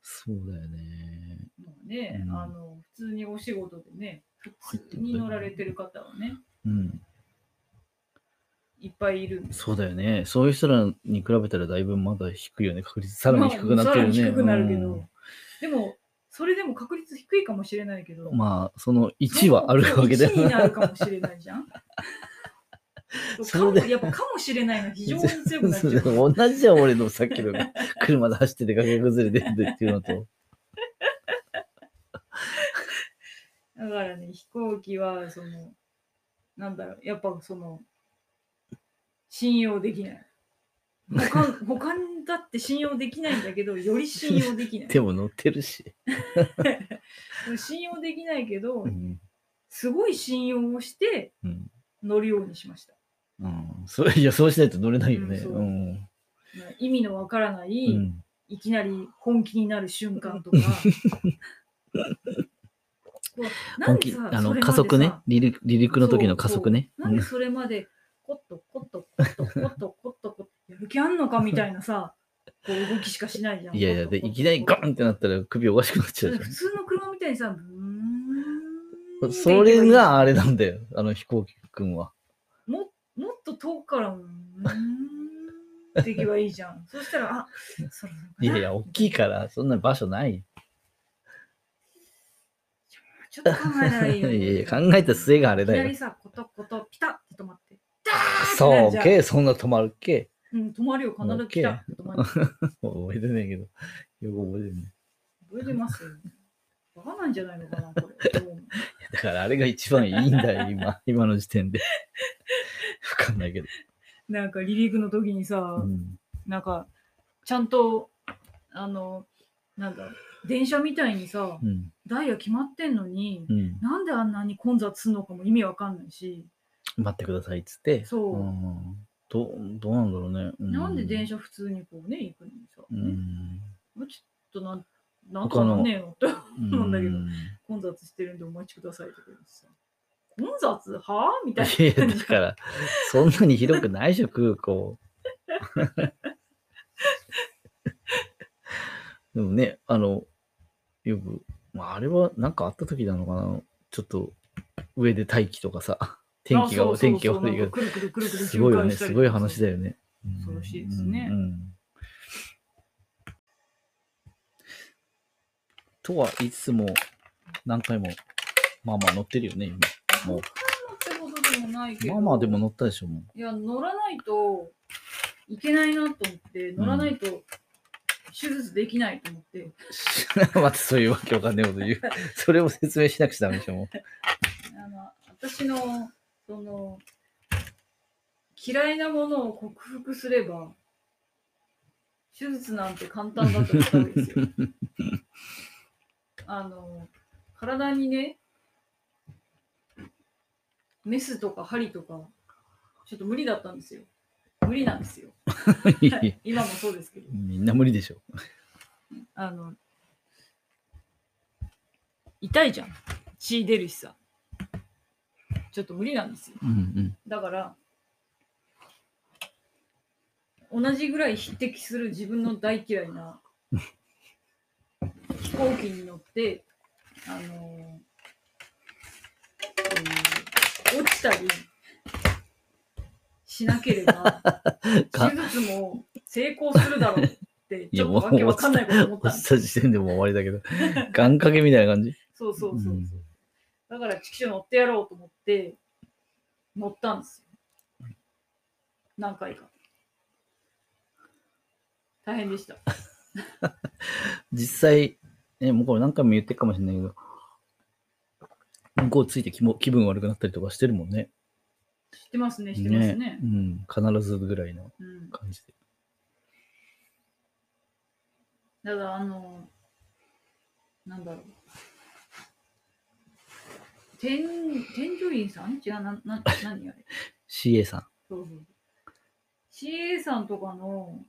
[SPEAKER 2] そうだよね。
[SPEAKER 1] まあね、
[SPEAKER 2] うん
[SPEAKER 1] あの普通にお仕事でね、普通に乗られてる方はね、
[SPEAKER 2] うん。
[SPEAKER 1] いっぱいいるんで。
[SPEAKER 2] そうだよね。そういう人らに比べたらだいぶまだ低いよね。確率さらに低くなってる
[SPEAKER 1] まあさ
[SPEAKER 2] よね。
[SPEAKER 1] らに低くなるけ
[SPEAKER 2] うん
[SPEAKER 1] ど、でも、それでも確率低いかもしれないけど、
[SPEAKER 2] まあ、その1はあるわけだ
[SPEAKER 1] で。1
[SPEAKER 2] よ
[SPEAKER 1] にな
[SPEAKER 2] な。
[SPEAKER 1] るかもしれないじゃ
[SPEAKER 2] [LAUGHS]
[SPEAKER 1] ん。か
[SPEAKER 2] そ
[SPEAKER 1] も
[SPEAKER 2] れで
[SPEAKER 1] やっぱかもしれないの非常に強くなっちゃう。
[SPEAKER 2] [LAUGHS] 同じじゃん、俺のさっきの車で走ってて崖崩れてるっていうのと。
[SPEAKER 1] だからね、飛行機は、その、なんだろう、やっぱその、信用できない。
[SPEAKER 2] [LAUGHS]
[SPEAKER 1] 他、他だって信用できないんだけど、より信用できない。
[SPEAKER 2] でも乗ってるし。
[SPEAKER 1] 信用できないけど
[SPEAKER 2] う、ん。
[SPEAKER 1] すごい信用をして
[SPEAKER 2] うん
[SPEAKER 1] 乗るようにしました。
[SPEAKER 2] うん、そういやそうしないと乗れないよね。
[SPEAKER 1] うんそう
[SPEAKER 2] うん
[SPEAKER 1] まあ意味のわからな
[SPEAKER 2] う
[SPEAKER 1] い、
[SPEAKER 2] ん
[SPEAKER 1] いきなり本気になる瞬間
[SPEAKER 2] [LAUGHS]
[SPEAKER 1] とか。こうなん
[SPEAKER 2] 本
[SPEAKER 1] で
[SPEAKER 2] 気
[SPEAKER 1] さ
[SPEAKER 2] あ
[SPEAKER 1] そ
[SPEAKER 2] の
[SPEAKER 1] れまでさ
[SPEAKER 2] 加速ね離陸離陸の時の加速ね。
[SPEAKER 1] そうそうなんでそれまでコットコットコットコットコットコットやる気あんのかみたいなさ、こう動きしかしないじゃ。
[SPEAKER 2] うんんいやいやで
[SPEAKER 1] コットコット
[SPEAKER 2] いきなりガンってなったら首おかしくなっちゃう
[SPEAKER 1] 普 [LAUGHS]
[SPEAKER 2] じ
[SPEAKER 1] 通の車みたいにさ、うー
[SPEAKER 2] ゃ
[SPEAKER 1] ん
[SPEAKER 2] ん。それがあれなんだよあの飛行機くんは。
[SPEAKER 1] ももっと遠くから、うーん、できればいいじゃん。そしたら、あ、そろそ
[SPEAKER 2] い
[SPEAKER 1] ろか
[SPEAKER 2] や
[SPEAKER 1] ない
[SPEAKER 2] や大きいからそんな場所ない。
[SPEAKER 1] ちょっと考えない
[SPEAKER 2] い
[SPEAKER 1] いよ。
[SPEAKER 2] や [LAUGHS] いや考えた末があれだ
[SPEAKER 1] い
[SPEAKER 2] よ
[SPEAKER 1] き。なりさ、コトコト、ピタッて止まって。ダーってな
[SPEAKER 2] そ
[SPEAKER 1] るじ
[SPEAKER 2] う
[SPEAKER 1] ゃん
[SPEAKER 2] けそんな止まるけ。
[SPEAKER 1] うん、止まるよ、必ずピタッて止まる。
[SPEAKER 2] 覚えてないけどよく覚えてない。
[SPEAKER 1] 覚えてますバカなんじゃないのかな、これ。もう
[SPEAKER 2] だからあれが一番いいんだ
[SPEAKER 1] [LAUGHS]
[SPEAKER 2] よ今今の時点で。わかんないけど。
[SPEAKER 1] なんか離陸の時にさ
[SPEAKER 2] う、ん
[SPEAKER 1] なんか、ちゃんと、あの、なんだ、電車みたいにさ、
[SPEAKER 2] うん
[SPEAKER 1] ダイヤ決まってんのに、
[SPEAKER 2] うん。
[SPEAKER 1] なんであんなに混雑するのかも意味わかんないし、
[SPEAKER 2] 待ってくださいっつって。
[SPEAKER 1] そう
[SPEAKER 2] うんどうどうなんだろうね。う
[SPEAKER 1] なんで電車普通にこうね、行くのにさ、
[SPEAKER 2] うん
[SPEAKER 1] もうちょっとなん、なんとかなんねえのってなんだけど
[SPEAKER 2] うん
[SPEAKER 1] 混雑してるんでお待ちくださいとか言ってさ、混雑はみたい
[SPEAKER 2] いや
[SPEAKER 1] な
[SPEAKER 2] だから、そんなに広くないでしょ、空港。 [LAUGHS] でもね、あの、よく、まあ、あれはなんかあった時なのかな、ちょっと上で待機とかさ、 [LAUGHS] 天
[SPEAKER 1] あ
[SPEAKER 2] 気
[SPEAKER 1] そ
[SPEAKER 2] が
[SPEAKER 1] うそう
[SPEAKER 2] 天気が
[SPEAKER 1] そう
[SPEAKER 2] 悪いけ
[SPEAKER 1] なんかくるくるく
[SPEAKER 2] ど、
[SPEAKER 1] るくる
[SPEAKER 2] すごいよ
[SPEAKER 1] 循環
[SPEAKER 2] ね、
[SPEAKER 1] した
[SPEAKER 2] す
[SPEAKER 1] りとか
[SPEAKER 2] ごい話だよね。うん
[SPEAKER 1] 恐ろしいですね
[SPEAKER 2] うんとは言いつつも、何回も、まあまあ乗ってるよね、今。もう
[SPEAKER 1] ってことでもないけど、
[SPEAKER 2] まあまあでも乗ったでしょ、もう。
[SPEAKER 1] いや、乗らないといけないなと思って、乗らないと手術できないと思って、
[SPEAKER 2] [LAUGHS] またそういうわけわかんないこと言う。それを説明しなくちゃダメでしょ、もう。
[SPEAKER 1] あの私の、その、嫌いなものを克服すれば、手術なんて簡単だと思ったんですよ。あの、体にね、メスとか針とか、ちょっと無理だったんですよ。無理なんですよ。はい今もそうですけど。
[SPEAKER 2] みんな無理でしょ。
[SPEAKER 1] あの、痛いじゃん。血出るしさ。ちょっと無理なんですよ。
[SPEAKER 2] うん
[SPEAKER 1] だから、同じぐらい匹敵する自分の大嫌いな飛行機に乗って、あのーえー落ちたりしなけ
[SPEAKER 2] [LAUGHS]
[SPEAKER 1] れば、
[SPEAKER 2] うん。
[SPEAKER 1] 手術も成功するだろうって、
[SPEAKER 2] い
[SPEAKER 1] ち
[SPEAKER 2] や
[SPEAKER 1] ょ
[SPEAKER 2] も
[SPEAKER 1] っ
[SPEAKER 2] う
[SPEAKER 1] とわけわかんないこと思った
[SPEAKER 2] 落
[SPEAKER 1] んで
[SPEAKER 2] ち
[SPEAKER 1] す。
[SPEAKER 2] た時点でもう終わりだけど、願掛けみたいな感じ。
[SPEAKER 1] そうそうそうそう。
[SPEAKER 2] うん
[SPEAKER 1] だから、チキショー乗ってやろうと思って、乗ったんですよ。何回か。大変でした。
[SPEAKER 2] 実際、ね、もうこれ何回も言ってるかもしれないけど、向こうついて気も気分悪くなったりとかしてるもんね。
[SPEAKER 1] 知ってますね、知ってますね。
[SPEAKER 2] うん、必ずぐらいの
[SPEAKER 1] うん。
[SPEAKER 2] 感じで。
[SPEAKER 1] ただ、あの、なんだろう。天、天井員さん違う、な、な、何あれ。
[SPEAKER 2] CA さん。
[SPEAKER 1] そうそう。CA さんとかの、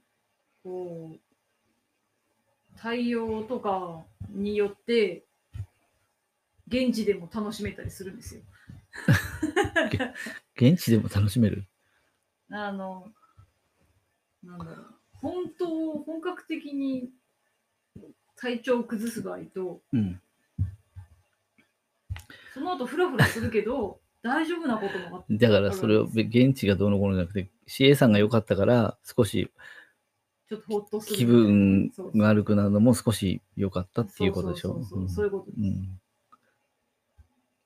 [SPEAKER 1] こう、対応とかによって、現地でも楽しめたりするんですよ。
[SPEAKER 2] 現地でも楽しめる。
[SPEAKER 1] あの、なんだろう。本当、本格的に体調を崩す場合と、
[SPEAKER 2] うん。
[SPEAKER 1] その後フラフラするけど、 [LAUGHS] 大丈夫なこともあって。
[SPEAKER 2] だからそれを、べ現地がどうのこうのじゃなくて、CA さんが良かったから、少し
[SPEAKER 1] ちょっとほっとする。
[SPEAKER 2] 気分
[SPEAKER 1] そう
[SPEAKER 2] が悪くなるのも少し良かったっていうことでし
[SPEAKER 1] そ
[SPEAKER 2] ょ
[SPEAKER 1] う。そうそうそうそういうこと
[SPEAKER 2] うんうん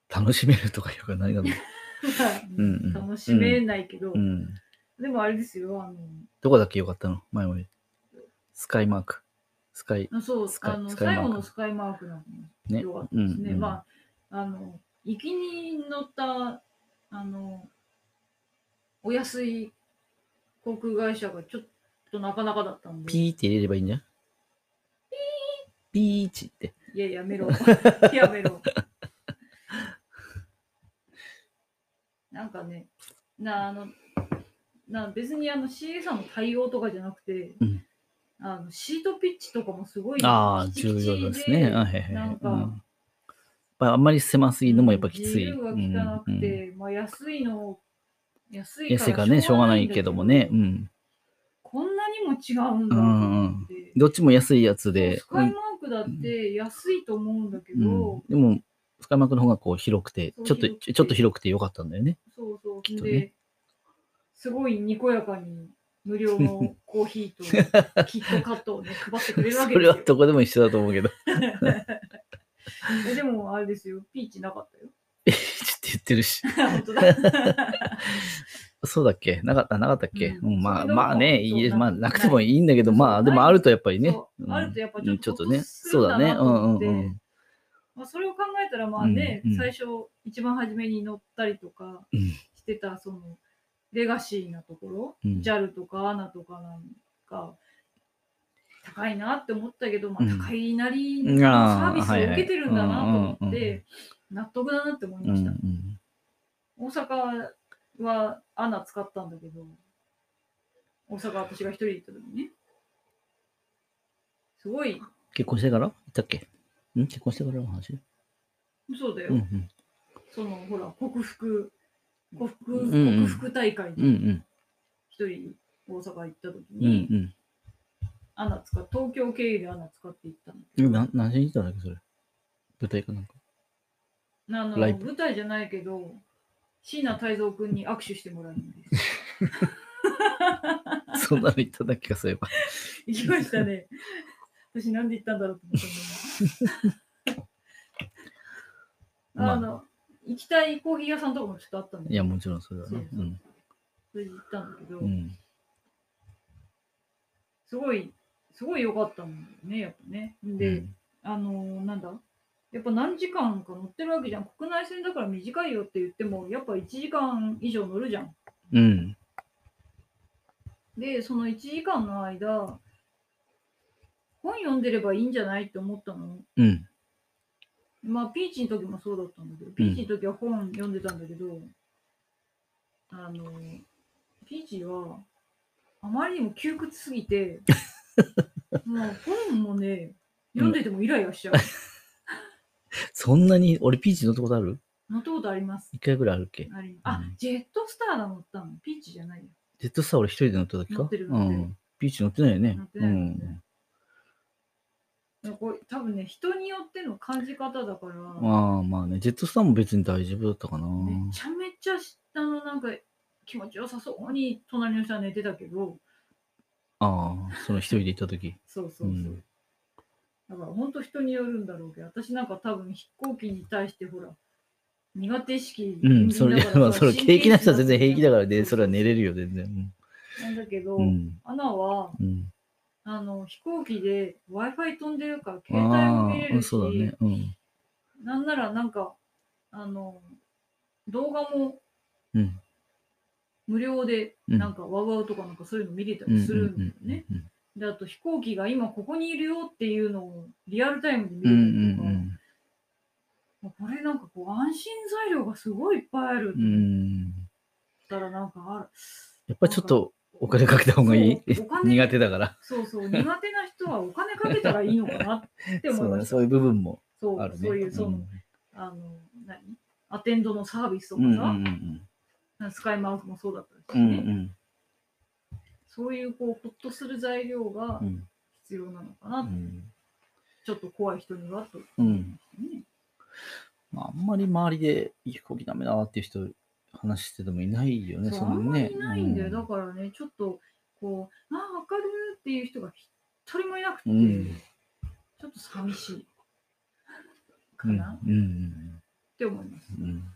[SPEAKER 2] 楽しめるとかいうか何だろう。
[SPEAKER 1] です。
[SPEAKER 2] うんうん
[SPEAKER 1] [LAUGHS] 楽しめないけど、
[SPEAKER 2] うん。
[SPEAKER 1] でもあれですよ、あの、
[SPEAKER 2] どこだっけ良かったの前も言うスカイマーク。スカイ。
[SPEAKER 1] あそう
[SPEAKER 2] ス、カイ
[SPEAKER 1] あの、
[SPEAKER 2] スカイ
[SPEAKER 1] 最
[SPEAKER 2] マーク
[SPEAKER 1] 後のスカイマークなの
[SPEAKER 2] ね
[SPEAKER 1] に良かったですね。
[SPEAKER 2] うんうん
[SPEAKER 1] まあ、あの、行きに乗った、あの、お安い航空会社がちょっとなかなかだったんで、い
[SPEAKER 2] ピーって入れればいいんじゃんピーチって。
[SPEAKER 1] や、や
[SPEAKER 2] [LAUGHS]
[SPEAKER 1] めろ。やめろ。なんかね、な、あの、な別にあの CA さんの対応とかじゃなくて、
[SPEAKER 2] うん
[SPEAKER 1] あのシートピッチとかもすごい
[SPEAKER 2] ああ、
[SPEAKER 1] ピチ
[SPEAKER 2] 重
[SPEAKER 1] ピチ
[SPEAKER 2] 要ですね。あへへ
[SPEAKER 1] なんか
[SPEAKER 2] うんやっぱあんまり狭すぎるのもやっぱきつい。
[SPEAKER 1] 自由が利かな
[SPEAKER 2] うんう
[SPEAKER 1] く
[SPEAKER 2] ん
[SPEAKER 1] て、まあ安いの、安い
[SPEAKER 2] エセがね、しょうがないけどもね。う。ん。
[SPEAKER 1] こんなにも違うんだと思って。
[SPEAKER 2] どっちも安いやつで
[SPEAKER 1] ス。カイマークだって安いと思うんだけ
[SPEAKER 2] う
[SPEAKER 1] ど、
[SPEAKER 2] んうんでも、スカイマークの方がこう広くて
[SPEAKER 1] そう、
[SPEAKER 2] ちょっと、
[SPEAKER 1] 広くて
[SPEAKER 2] ちょっと広くてよかったんだよね。
[SPEAKER 1] そうそう。
[SPEAKER 2] きっとね
[SPEAKER 1] で、すごいにこやかに無料の
[SPEAKER 2] [LAUGHS]
[SPEAKER 1] コーヒーとキットカットをね、配ってくれるわ
[SPEAKER 2] そ
[SPEAKER 1] けで
[SPEAKER 2] れは
[SPEAKER 1] す
[SPEAKER 2] ど
[SPEAKER 1] よ。
[SPEAKER 2] こでも一緒だと思うけど。
[SPEAKER 1] えでも、あれですよ、ピーチなかったよ。 [LAUGHS]
[SPEAKER 2] ピーチって言ってるし。
[SPEAKER 1] 本当だ。
[SPEAKER 2] そうだっけなかった、なかったっけ、
[SPEAKER 1] う
[SPEAKER 2] うんん、ま
[SPEAKER 1] そ
[SPEAKER 2] あ、
[SPEAKER 1] れが
[SPEAKER 2] まあね、いいです
[SPEAKER 1] そう
[SPEAKER 2] まあ、なくてもいいんだけど、
[SPEAKER 1] ない
[SPEAKER 2] ま
[SPEAKER 1] そ
[SPEAKER 2] あ、
[SPEAKER 1] う
[SPEAKER 2] でもあるとやっぱりね
[SPEAKER 1] そ。うあるとやっぱ
[SPEAKER 2] うん
[SPEAKER 1] ち
[SPEAKER 2] ち
[SPEAKER 1] ょ
[SPEAKER 2] ょ
[SPEAKER 1] っ
[SPEAKER 2] っ
[SPEAKER 1] と
[SPEAKER 2] と
[SPEAKER 1] ほっと
[SPEAKER 2] ね、
[SPEAKER 1] す
[SPEAKER 2] そ
[SPEAKER 1] る
[SPEAKER 2] うん
[SPEAKER 1] だ
[SPEAKER 2] だね。
[SPEAKER 1] な
[SPEAKER 2] う
[SPEAKER 1] と思
[SPEAKER 2] ん
[SPEAKER 1] っ
[SPEAKER 2] う
[SPEAKER 1] て
[SPEAKER 2] んうん。
[SPEAKER 1] まあ、それを考えたらまあね、
[SPEAKER 2] うんうん
[SPEAKER 1] 最初一番初めに乗ったりとか
[SPEAKER 2] うん
[SPEAKER 1] してたそのレガシーなところ、
[SPEAKER 2] うん
[SPEAKER 1] JAL とか ANA とかなんか高いなって思ったけど、まあ、
[SPEAKER 2] うん
[SPEAKER 1] 高いなり
[SPEAKER 2] う
[SPEAKER 1] の
[SPEAKER 2] ん
[SPEAKER 1] サー
[SPEAKER 2] あー
[SPEAKER 1] ビスを受けてるんだなと思っ
[SPEAKER 2] はいはいうんうん
[SPEAKER 1] て納得だなって思い
[SPEAKER 2] うんう
[SPEAKER 1] ました、
[SPEAKER 2] ん
[SPEAKER 1] 大阪は ANA 使ったんだけど大阪私が一人で行った時ねすごい
[SPEAKER 2] 結婚してから行ったっけん結婚してからの話
[SPEAKER 1] そうだよ、
[SPEAKER 2] うんうん。
[SPEAKER 1] そのほら克服克服,、
[SPEAKER 2] うんうん
[SPEAKER 1] 克服大会
[SPEAKER 2] う
[SPEAKER 1] に
[SPEAKER 2] ん
[SPEAKER 1] 一人大阪行った時
[SPEAKER 2] うん。う
[SPEAKER 1] に、
[SPEAKER 2] ん
[SPEAKER 1] アナ使っ東京経由でアナ使って行ったんだけ
[SPEAKER 2] う
[SPEAKER 1] ど
[SPEAKER 2] ん。な何しに行ったんだっけそれ。舞台
[SPEAKER 1] [LAUGHS]
[SPEAKER 2] かなんか。
[SPEAKER 1] あの
[SPEAKER 2] ライブ
[SPEAKER 1] 舞台じゃないけど椎名泰造君に握手してもらうん
[SPEAKER 2] [LAUGHS]
[SPEAKER 1] です
[SPEAKER 2] そんなの行っただけか、そういえば。
[SPEAKER 1] 行きましたね私なんで行ったんだろうと思ったんだあの、
[SPEAKER 2] ま
[SPEAKER 1] 行きたいコーヒー屋さんとかもちょっとあったんだけ
[SPEAKER 2] い
[SPEAKER 1] ど
[SPEAKER 2] や、もちろんそれはね。うん。
[SPEAKER 1] それで行ったんだけど、
[SPEAKER 2] うん。
[SPEAKER 1] すごいすごい良かったんだよねやっぱねで、あのーなんだやっぱ何時間か乗ってるわけじゃん。国内線だから短いよって言っても、やっぱ1時間以上乗るじゃん。
[SPEAKER 2] うん。
[SPEAKER 1] で、その1時間の間、本読んでればいいんじゃないって思ったの。
[SPEAKER 2] うん。
[SPEAKER 1] まあ、ピーチの時もそうだったんだけど、ピーチの時は本読んでたんだけど、あの、ピーチは、あまりにも窮屈すぎ [LAUGHS] て、もう本もね、読んでてもイライラしちゃう。
[SPEAKER 2] そんなに、俺ピーチ乗ったことある
[SPEAKER 1] 乗ったことあります。
[SPEAKER 2] 一回ぐらいあるっけ
[SPEAKER 1] ありあ、ジェットスターだ乗ったの。ピーチじゃないよ。
[SPEAKER 2] ジェットスター俺一人で乗った時か
[SPEAKER 1] 乗ってる
[SPEAKER 2] う
[SPEAKER 1] 乗ってる
[SPEAKER 2] ん。ピーチ乗ってないよね
[SPEAKER 1] 乗っ。て
[SPEAKER 2] う。
[SPEAKER 1] ない乗ってなんこれ多分ね、人によっての感じ方だから、
[SPEAKER 2] まあまあね、ジェットスターも別に大丈夫だったかな。
[SPEAKER 1] めちゃめちゃ下のなんか気持ちよさそうに隣の人は寝てたけど、
[SPEAKER 2] ああ、その一人で行った時。
[SPEAKER 1] そうそうそう。
[SPEAKER 2] うん
[SPEAKER 1] だから本当人によるんだろうけど、私なんか多分飛行機に対してほら、苦手意識
[SPEAKER 2] う
[SPEAKER 1] 人
[SPEAKER 2] ん、
[SPEAKER 1] 間
[SPEAKER 2] それ、 [LAUGHS]
[SPEAKER 1] だから
[SPEAKER 2] まあ、それ、
[SPEAKER 1] 神
[SPEAKER 2] 平気な人は
[SPEAKER 1] 質
[SPEAKER 2] 全然平気だから
[SPEAKER 1] そ
[SPEAKER 2] ね、
[SPEAKER 1] う
[SPEAKER 2] それは寝れるよ、全然。
[SPEAKER 1] なんだけど、
[SPEAKER 2] うん。
[SPEAKER 1] アナは、
[SPEAKER 2] うん。
[SPEAKER 1] あの、飛行機で Wi-Fi 飛んでるから
[SPEAKER 2] うん、
[SPEAKER 1] 携帯も見れ
[SPEAKER 2] ああ、
[SPEAKER 1] るし、
[SPEAKER 2] そうだね。うん。
[SPEAKER 1] なんならなんか、あの、動画も
[SPEAKER 2] うん。
[SPEAKER 1] 無料で、
[SPEAKER 2] うん
[SPEAKER 1] なんかワウワウとかなんかそういうの見れた
[SPEAKER 2] うん。
[SPEAKER 1] りするんだよ
[SPEAKER 2] うん
[SPEAKER 1] ね。。で、あと飛行機が今ここにいるよっていうのをリアルタイムで見
[SPEAKER 2] うん。うん。
[SPEAKER 1] れたりと
[SPEAKER 2] う
[SPEAKER 1] か、
[SPEAKER 2] ん
[SPEAKER 1] もうこれなんかこう安心材料がすごいいっぱいある
[SPEAKER 2] う
[SPEAKER 1] っ
[SPEAKER 2] ん。
[SPEAKER 1] たらなんかある。
[SPEAKER 2] やっぱちょっと、お金かけた方がいい
[SPEAKER 1] そうお金
[SPEAKER 2] 苦手だから。
[SPEAKER 1] そうそう、苦手な人はお金かけたらいいのかなって思いう
[SPEAKER 2] [LAUGHS] そだ
[SPEAKER 1] まし
[SPEAKER 2] ね、
[SPEAKER 1] た。そ
[SPEAKER 2] そういう部分も
[SPEAKER 1] う
[SPEAKER 2] あるね。
[SPEAKER 1] そういう、その、
[SPEAKER 2] うん
[SPEAKER 1] あの、何アテンドのサービスと
[SPEAKER 2] う
[SPEAKER 1] か
[SPEAKER 2] んうん
[SPEAKER 1] さ、スカイマウスもそうだったし
[SPEAKER 2] うんうん
[SPEAKER 1] ね、そういうこう、ほっとする材料が
[SPEAKER 2] うん
[SPEAKER 1] 必要なのかな、
[SPEAKER 2] うん
[SPEAKER 1] ちょっと怖い人にはと、ね。
[SPEAKER 2] うんまああんまり周りで飛行機ダメだっていう人話しててもいないよね、
[SPEAKER 1] そう
[SPEAKER 2] そ
[SPEAKER 1] あん
[SPEAKER 2] の
[SPEAKER 1] ま
[SPEAKER 2] ね
[SPEAKER 1] りいないんだよ、
[SPEAKER 2] う
[SPEAKER 1] だからね、ちょっとこう、ああ、わかるっていう人が一人もいなくて、
[SPEAKER 2] うん
[SPEAKER 1] ちょっと寂しいか
[SPEAKER 2] うんうん
[SPEAKER 1] な、っ
[SPEAKER 2] うん
[SPEAKER 1] て思います。
[SPEAKER 2] うんうん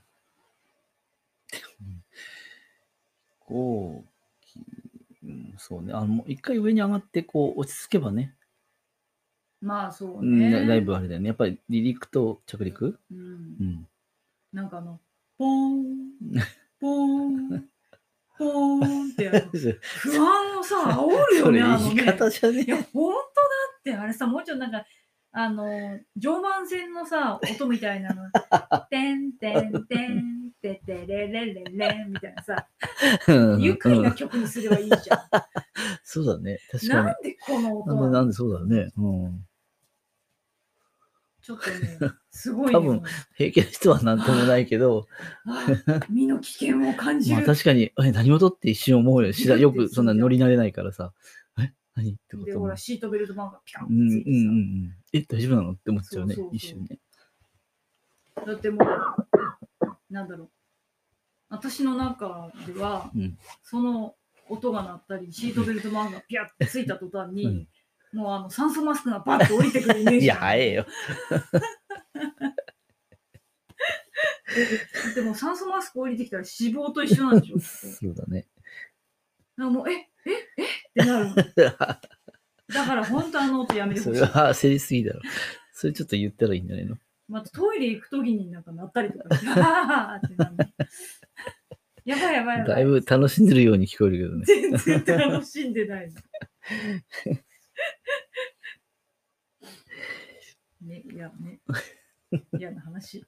[SPEAKER 2] 飛行機、うん、そうね、あのもう一回上に上がってこう落ち着けばね、
[SPEAKER 1] まあそう
[SPEAKER 2] う
[SPEAKER 1] ね。
[SPEAKER 2] んライブあれだよね、やっぱり離陸と着陸、
[SPEAKER 1] うん
[SPEAKER 2] うん、
[SPEAKER 1] なんかあの、ポーン、ポーン、ポーンってあの、不安をさ、煽るよ
[SPEAKER 2] [LAUGHS] それ
[SPEAKER 1] ね、あの
[SPEAKER 2] 言い
[SPEAKER 1] ね。
[SPEAKER 2] 方じゃね
[SPEAKER 1] いや、本当だって、あれさ、もうちょっとなんか、あの、常磐線のさ、音みたい
[SPEAKER 2] [LAUGHS]
[SPEAKER 1] なの、てんてんてん、ててれれれれんみたいなさ、
[SPEAKER 2] え。
[SPEAKER 1] ゆっくり
[SPEAKER 2] う
[SPEAKER 1] なん曲にすればいいじゃ
[SPEAKER 2] そうだね、確
[SPEAKER 1] ん。
[SPEAKER 2] かに
[SPEAKER 1] な。んでこの音
[SPEAKER 2] なん
[SPEAKER 1] なの
[SPEAKER 2] で、なんでそうだよね。うん。
[SPEAKER 1] ちょっとね、すごい、ね、
[SPEAKER 2] 多分平気な人は何ともない
[SPEAKER 1] [LAUGHS]
[SPEAKER 2] けど、
[SPEAKER 1] あ身の危険を感じ
[SPEAKER 2] まあ
[SPEAKER 1] る。
[SPEAKER 2] 確かに、え、何事って一瞬思うよ。しだよくそんな乗り慣れないからさ、え、何ってこ
[SPEAKER 1] で、
[SPEAKER 2] と
[SPEAKER 1] ほ
[SPEAKER 2] も
[SPEAKER 1] ら、シートベルトマンがピカンっ
[SPEAKER 2] う
[SPEAKER 1] て
[SPEAKER 2] んうん
[SPEAKER 1] つい
[SPEAKER 2] うん
[SPEAKER 1] て
[SPEAKER 2] う
[SPEAKER 1] さ、
[SPEAKER 2] ん。え、大丈夫なのって思っちゃうね
[SPEAKER 1] そうそう、そう
[SPEAKER 2] 一瞬ね。
[SPEAKER 1] だってもう、なんだろう。私の中では、
[SPEAKER 2] うん
[SPEAKER 1] その音が鳴ったり、シートベルトマンがピャッてついた途端に、
[SPEAKER 2] うん
[SPEAKER 1] もうあの酸素マスクがバッと降りてくるイメージ。
[SPEAKER 2] [LAUGHS] いや、早えよ。
[SPEAKER 1] でも酸素マスク降りてきたら死亡と一緒なんでしょ。
[SPEAKER 2] そうだね。
[SPEAKER 1] なんかもう、え、え、えってなる。だから本当あの音やめて
[SPEAKER 2] そ
[SPEAKER 1] ほ
[SPEAKER 2] れ
[SPEAKER 1] しい。
[SPEAKER 2] は焦りすぎだろ。それちょっと言ったらいいんじゃないの
[SPEAKER 1] またトイレ行くときになんか鳴ったりとかして、あーってなる。やばいやばいやばい。
[SPEAKER 2] だいぶ楽しんでるように聞こえるけどね。
[SPEAKER 1] 全然楽しんでないの。ね、いやね。嫌な話。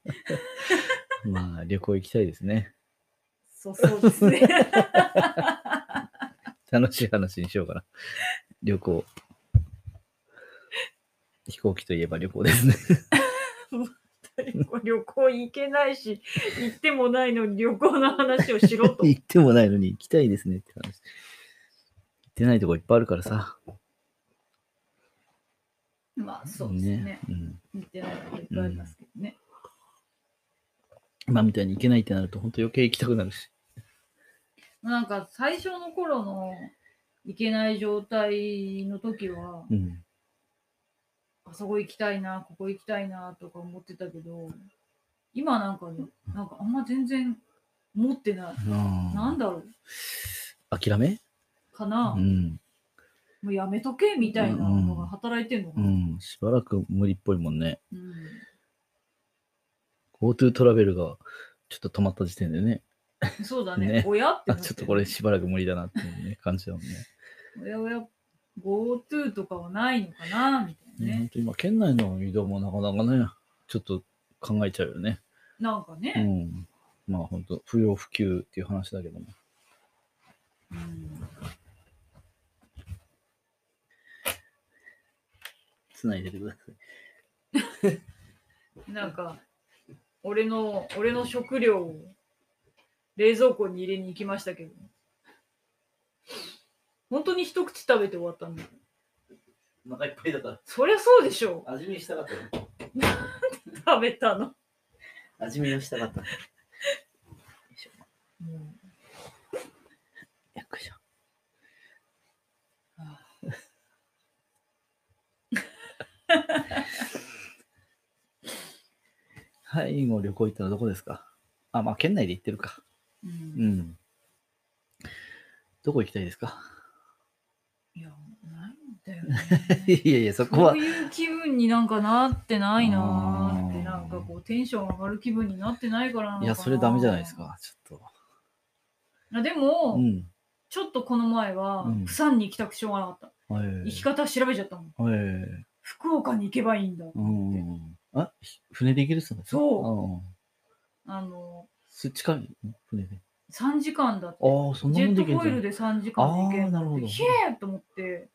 [SPEAKER 2] まあ、旅行行きたいですね。
[SPEAKER 1] そうそうですね。
[SPEAKER 2] 楽しい話にしようかな。旅行。飛行機といえば旅行ですね。
[SPEAKER 1] [LAUGHS] 旅行行けないし、行ってもないのに旅行の話をしろ
[SPEAKER 2] [LAUGHS]
[SPEAKER 1] と。
[SPEAKER 2] 行ってもないのに行きたいですねって話。行ってないとこいっぱいあるからさ。
[SPEAKER 1] まあそうですね。
[SPEAKER 2] うん。
[SPEAKER 1] 行ってないこといっぱいありますけどね。
[SPEAKER 2] 今みたいに行けないってなると、本当余計行きたくなるし。
[SPEAKER 1] なんか最初の頃の行けない状態の時は、
[SPEAKER 2] うん。
[SPEAKER 1] あそこ行きたいな、ここ行きたいなとか思ってたけど、今なんかね、なんかあんま全然持ってない。なんだろ
[SPEAKER 2] 諦め
[SPEAKER 1] うか
[SPEAKER 2] う
[SPEAKER 1] な、
[SPEAKER 2] ん。
[SPEAKER 1] もうやめとけみたいなのが働いてんのか
[SPEAKER 2] う
[SPEAKER 1] な。
[SPEAKER 2] ん。しばらく無理っぽいもんね。
[SPEAKER 1] うん
[SPEAKER 2] GoTo トラベルがちょっと止まった時点でね。
[SPEAKER 1] そうだね
[SPEAKER 2] ね
[SPEAKER 1] 親って
[SPEAKER 2] あ、
[SPEAKER 1] 思
[SPEAKER 2] ちょっとこれしばらく無理だなっていうね、感じだもんね。
[SPEAKER 1] おやおや、GoTo とかはないのかなみたいな
[SPEAKER 2] ね、
[SPEAKER 1] ね。
[SPEAKER 2] 本当今、県内の移動もなかなかね、ちょっと考えちゃうよね。
[SPEAKER 1] なんか
[SPEAKER 2] う
[SPEAKER 1] ね、
[SPEAKER 2] ん。まあ本当、不要不急っていう話だけども。
[SPEAKER 1] うん
[SPEAKER 2] つないでてください。
[SPEAKER 1] なんか、俺の、俺の食料を冷蔵庫に入れに行きましたけど、本当に一口食べて終わったんだよ。
[SPEAKER 3] お腹いっぱいだか
[SPEAKER 1] そりゃそうでしょ
[SPEAKER 3] ら。味見をしたかったよ。
[SPEAKER 1] う。食べたの。
[SPEAKER 3] 味見をしたかった。
[SPEAKER 1] うん
[SPEAKER 2] よっこいしょ。
[SPEAKER 1] あ
[SPEAKER 2] [LAUGHS] はい、もう旅行行ったらどこですかあ、まあ県内で行ってるか。
[SPEAKER 1] う
[SPEAKER 2] うんん。どこ行きたいですか
[SPEAKER 1] いや、ないんだよね。
[SPEAKER 2] いやい [LAUGHS] や、そこ
[SPEAKER 1] こ
[SPEAKER 2] は
[SPEAKER 1] う。いう気分になんかなってないなーって、なんかこうテンション上がる気分になってないからなのかない
[SPEAKER 2] や、それダメじゃないです。か。ちょっ
[SPEAKER 1] あで
[SPEAKER 2] と。
[SPEAKER 1] も、
[SPEAKER 2] うん。
[SPEAKER 1] ちょっとこの前は、
[SPEAKER 2] うん
[SPEAKER 1] 釜山に行きたくてしょうがなかった。
[SPEAKER 2] はい。
[SPEAKER 1] 行き方調べちゃったもん。
[SPEAKER 2] はい。
[SPEAKER 1] 福岡に行けばいいんだ。
[SPEAKER 2] うん。あ、ひ船で行けるっすか
[SPEAKER 1] そう
[SPEAKER 2] うん。
[SPEAKER 1] あの、
[SPEAKER 2] す近いの船で。
[SPEAKER 1] 3時間だって。
[SPEAKER 2] ああ、そんな
[SPEAKER 1] ジ
[SPEAKER 2] も
[SPEAKER 1] ェッ
[SPEAKER 2] ん
[SPEAKER 1] ト
[SPEAKER 2] で行ける
[SPEAKER 1] コイ
[SPEAKER 2] じゃん
[SPEAKER 1] ルで3時間で行け
[SPEAKER 2] あー
[SPEAKER 1] んだ
[SPEAKER 2] なるほど
[SPEAKER 1] ひえーと思って。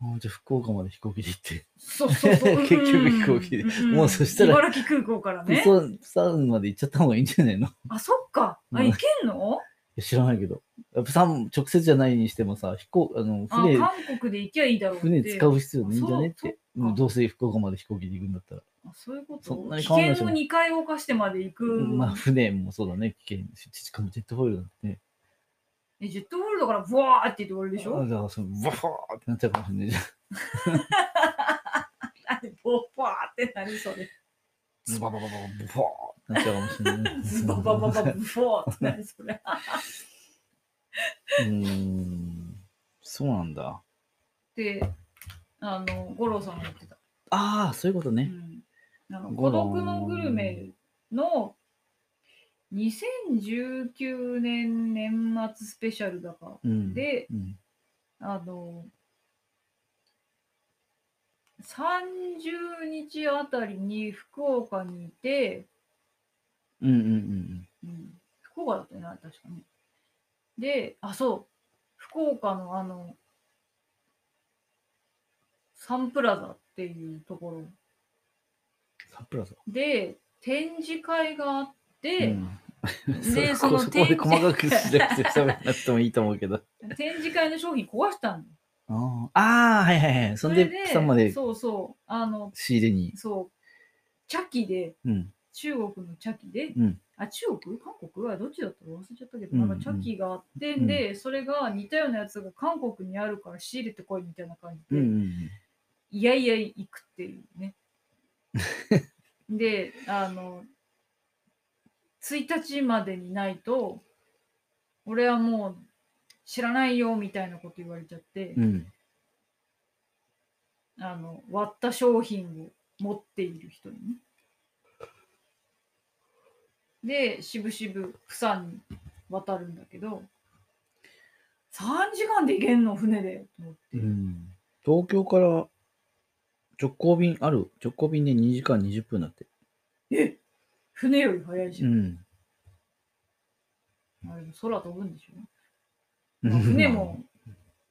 [SPEAKER 2] あーじゃあ福岡まで飛行機で行って。
[SPEAKER 1] そうそうそう。
[SPEAKER 2] [LAUGHS] 結局
[SPEAKER 1] うん
[SPEAKER 2] 飛行機で
[SPEAKER 1] ん
[SPEAKER 2] もうそしたら
[SPEAKER 1] 茨城空港からね。
[SPEAKER 2] そう、サウンまで行っちゃった方がいいんじゃないのい
[SPEAKER 1] あ、そっか。あ、
[SPEAKER 2] うん
[SPEAKER 1] 行けんの
[SPEAKER 2] や知らないけど。やっぱサウン直接じゃないにしてもさ、飛行、あの、
[SPEAKER 1] あ、
[SPEAKER 2] 船、
[SPEAKER 1] 韓国で行きゃいいだろうって。
[SPEAKER 2] 船使う必要ないんじゃねっ
[SPEAKER 1] そう
[SPEAKER 2] て。うんどうせ福岡まで飛行機で行くんだったら。
[SPEAKER 1] あそういうこ
[SPEAKER 2] そ
[SPEAKER 1] と
[SPEAKER 2] んなに
[SPEAKER 1] 危
[SPEAKER 2] 変わんないでし
[SPEAKER 1] 険
[SPEAKER 2] ょ
[SPEAKER 1] を2回犯してまで行く、
[SPEAKER 2] まあ船もそうだね、危険。ししかもジェットホイールなんてね。
[SPEAKER 1] えジェットホールだから [LAUGHS] ブワーって言って終わりでし
[SPEAKER 2] あ
[SPEAKER 1] ょ
[SPEAKER 2] だからその、わーってなっちゃうかもしれないじゃん。
[SPEAKER 1] あれボーバーって何それ
[SPEAKER 2] ズババババババーってなっちゃうかもしれないね。
[SPEAKER 1] ズババババブォーって何それっ
[SPEAKER 2] うーん。そうなんだ。
[SPEAKER 1] てあの五郎さんが言ってた、
[SPEAKER 2] ああ、そういうこと
[SPEAKER 1] う
[SPEAKER 2] ね。
[SPEAKER 1] ん、あの孤
[SPEAKER 2] 五郎
[SPEAKER 1] 独のグルメの2019年年末スペシャルだか
[SPEAKER 2] うん。
[SPEAKER 1] で
[SPEAKER 2] うん、
[SPEAKER 1] あの30日あたりに福岡にいて、
[SPEAKER 2] うんうんうん
[SPEAKER 1] うん福岡だったよな、確かに。で、あ、そう。福岡のあの、サンプラザっていうところ
[SPEAKER 2] サンプラザ。
[SPEAKER 1] で、展示会があって、
[SPEAKER 2] うん、それ
[SPEAKER 1] [LAUGHS] その
[SPEAKER 2] こそこま
[SPEAKER 1] 展
[SPEAKER 2] で
[SPEAKER 1] 示
[SPEAKER 2] 細かくしなくて喋らなくてもいいと思うけど。
[SPEAKER 1] 展示会の商品壊したの。
[SPEAKER 2] [LAUGHS] あーあー、はいはいはい。そんで、プサンまで
[SPEAKER 1] そうそう、あの、
[SPEAKER 2] 仕入れに。
[SPEAKER 1] そう、茶器で、
[SPEAKER 2] うん。
[SPEAKER 1] 中国の茶器で、
[SPEAKER 2] うん
[SPEAKER 1] あ、中国韓国はどっちだったか忘れちゃったけど、
[SPEAKER 2] うんうん
[SPEAKER 1] なんか茶器があって、で、それが似たようなやつが韓国にあるから仕入れてこいみたいな感じ
[SPEAKER 2] うん
[SPEAKER 1] で、
[SPEAKER 2] うん
[SPEAKER 1] いやいや行くっていう
[SPEAKER 2] [LAUGHS]
[SPEAKER 1] ね。で、あの、1日までにないと、俺はもう知らないよみたいなこと言われちゃって、
[SPEAKER 2] うん。うん。
[SPEAKER 1] あの、割った商品を持っている人にね。で、しぶしぶ釜山に渡るんだけど、3時間で行けんの船でと思って。
[SPEAKER 2] うん、東京から直行便ある。直行便で2時間20分だって。
[SPEAKER 1] え船より早いじ
[SPEAKER 2] う
[SPEAKER 1] ゃん。
[SPEAKER 2] ん。
[SPEAKER 1] あれ空飛ぶんでしょまあ船も。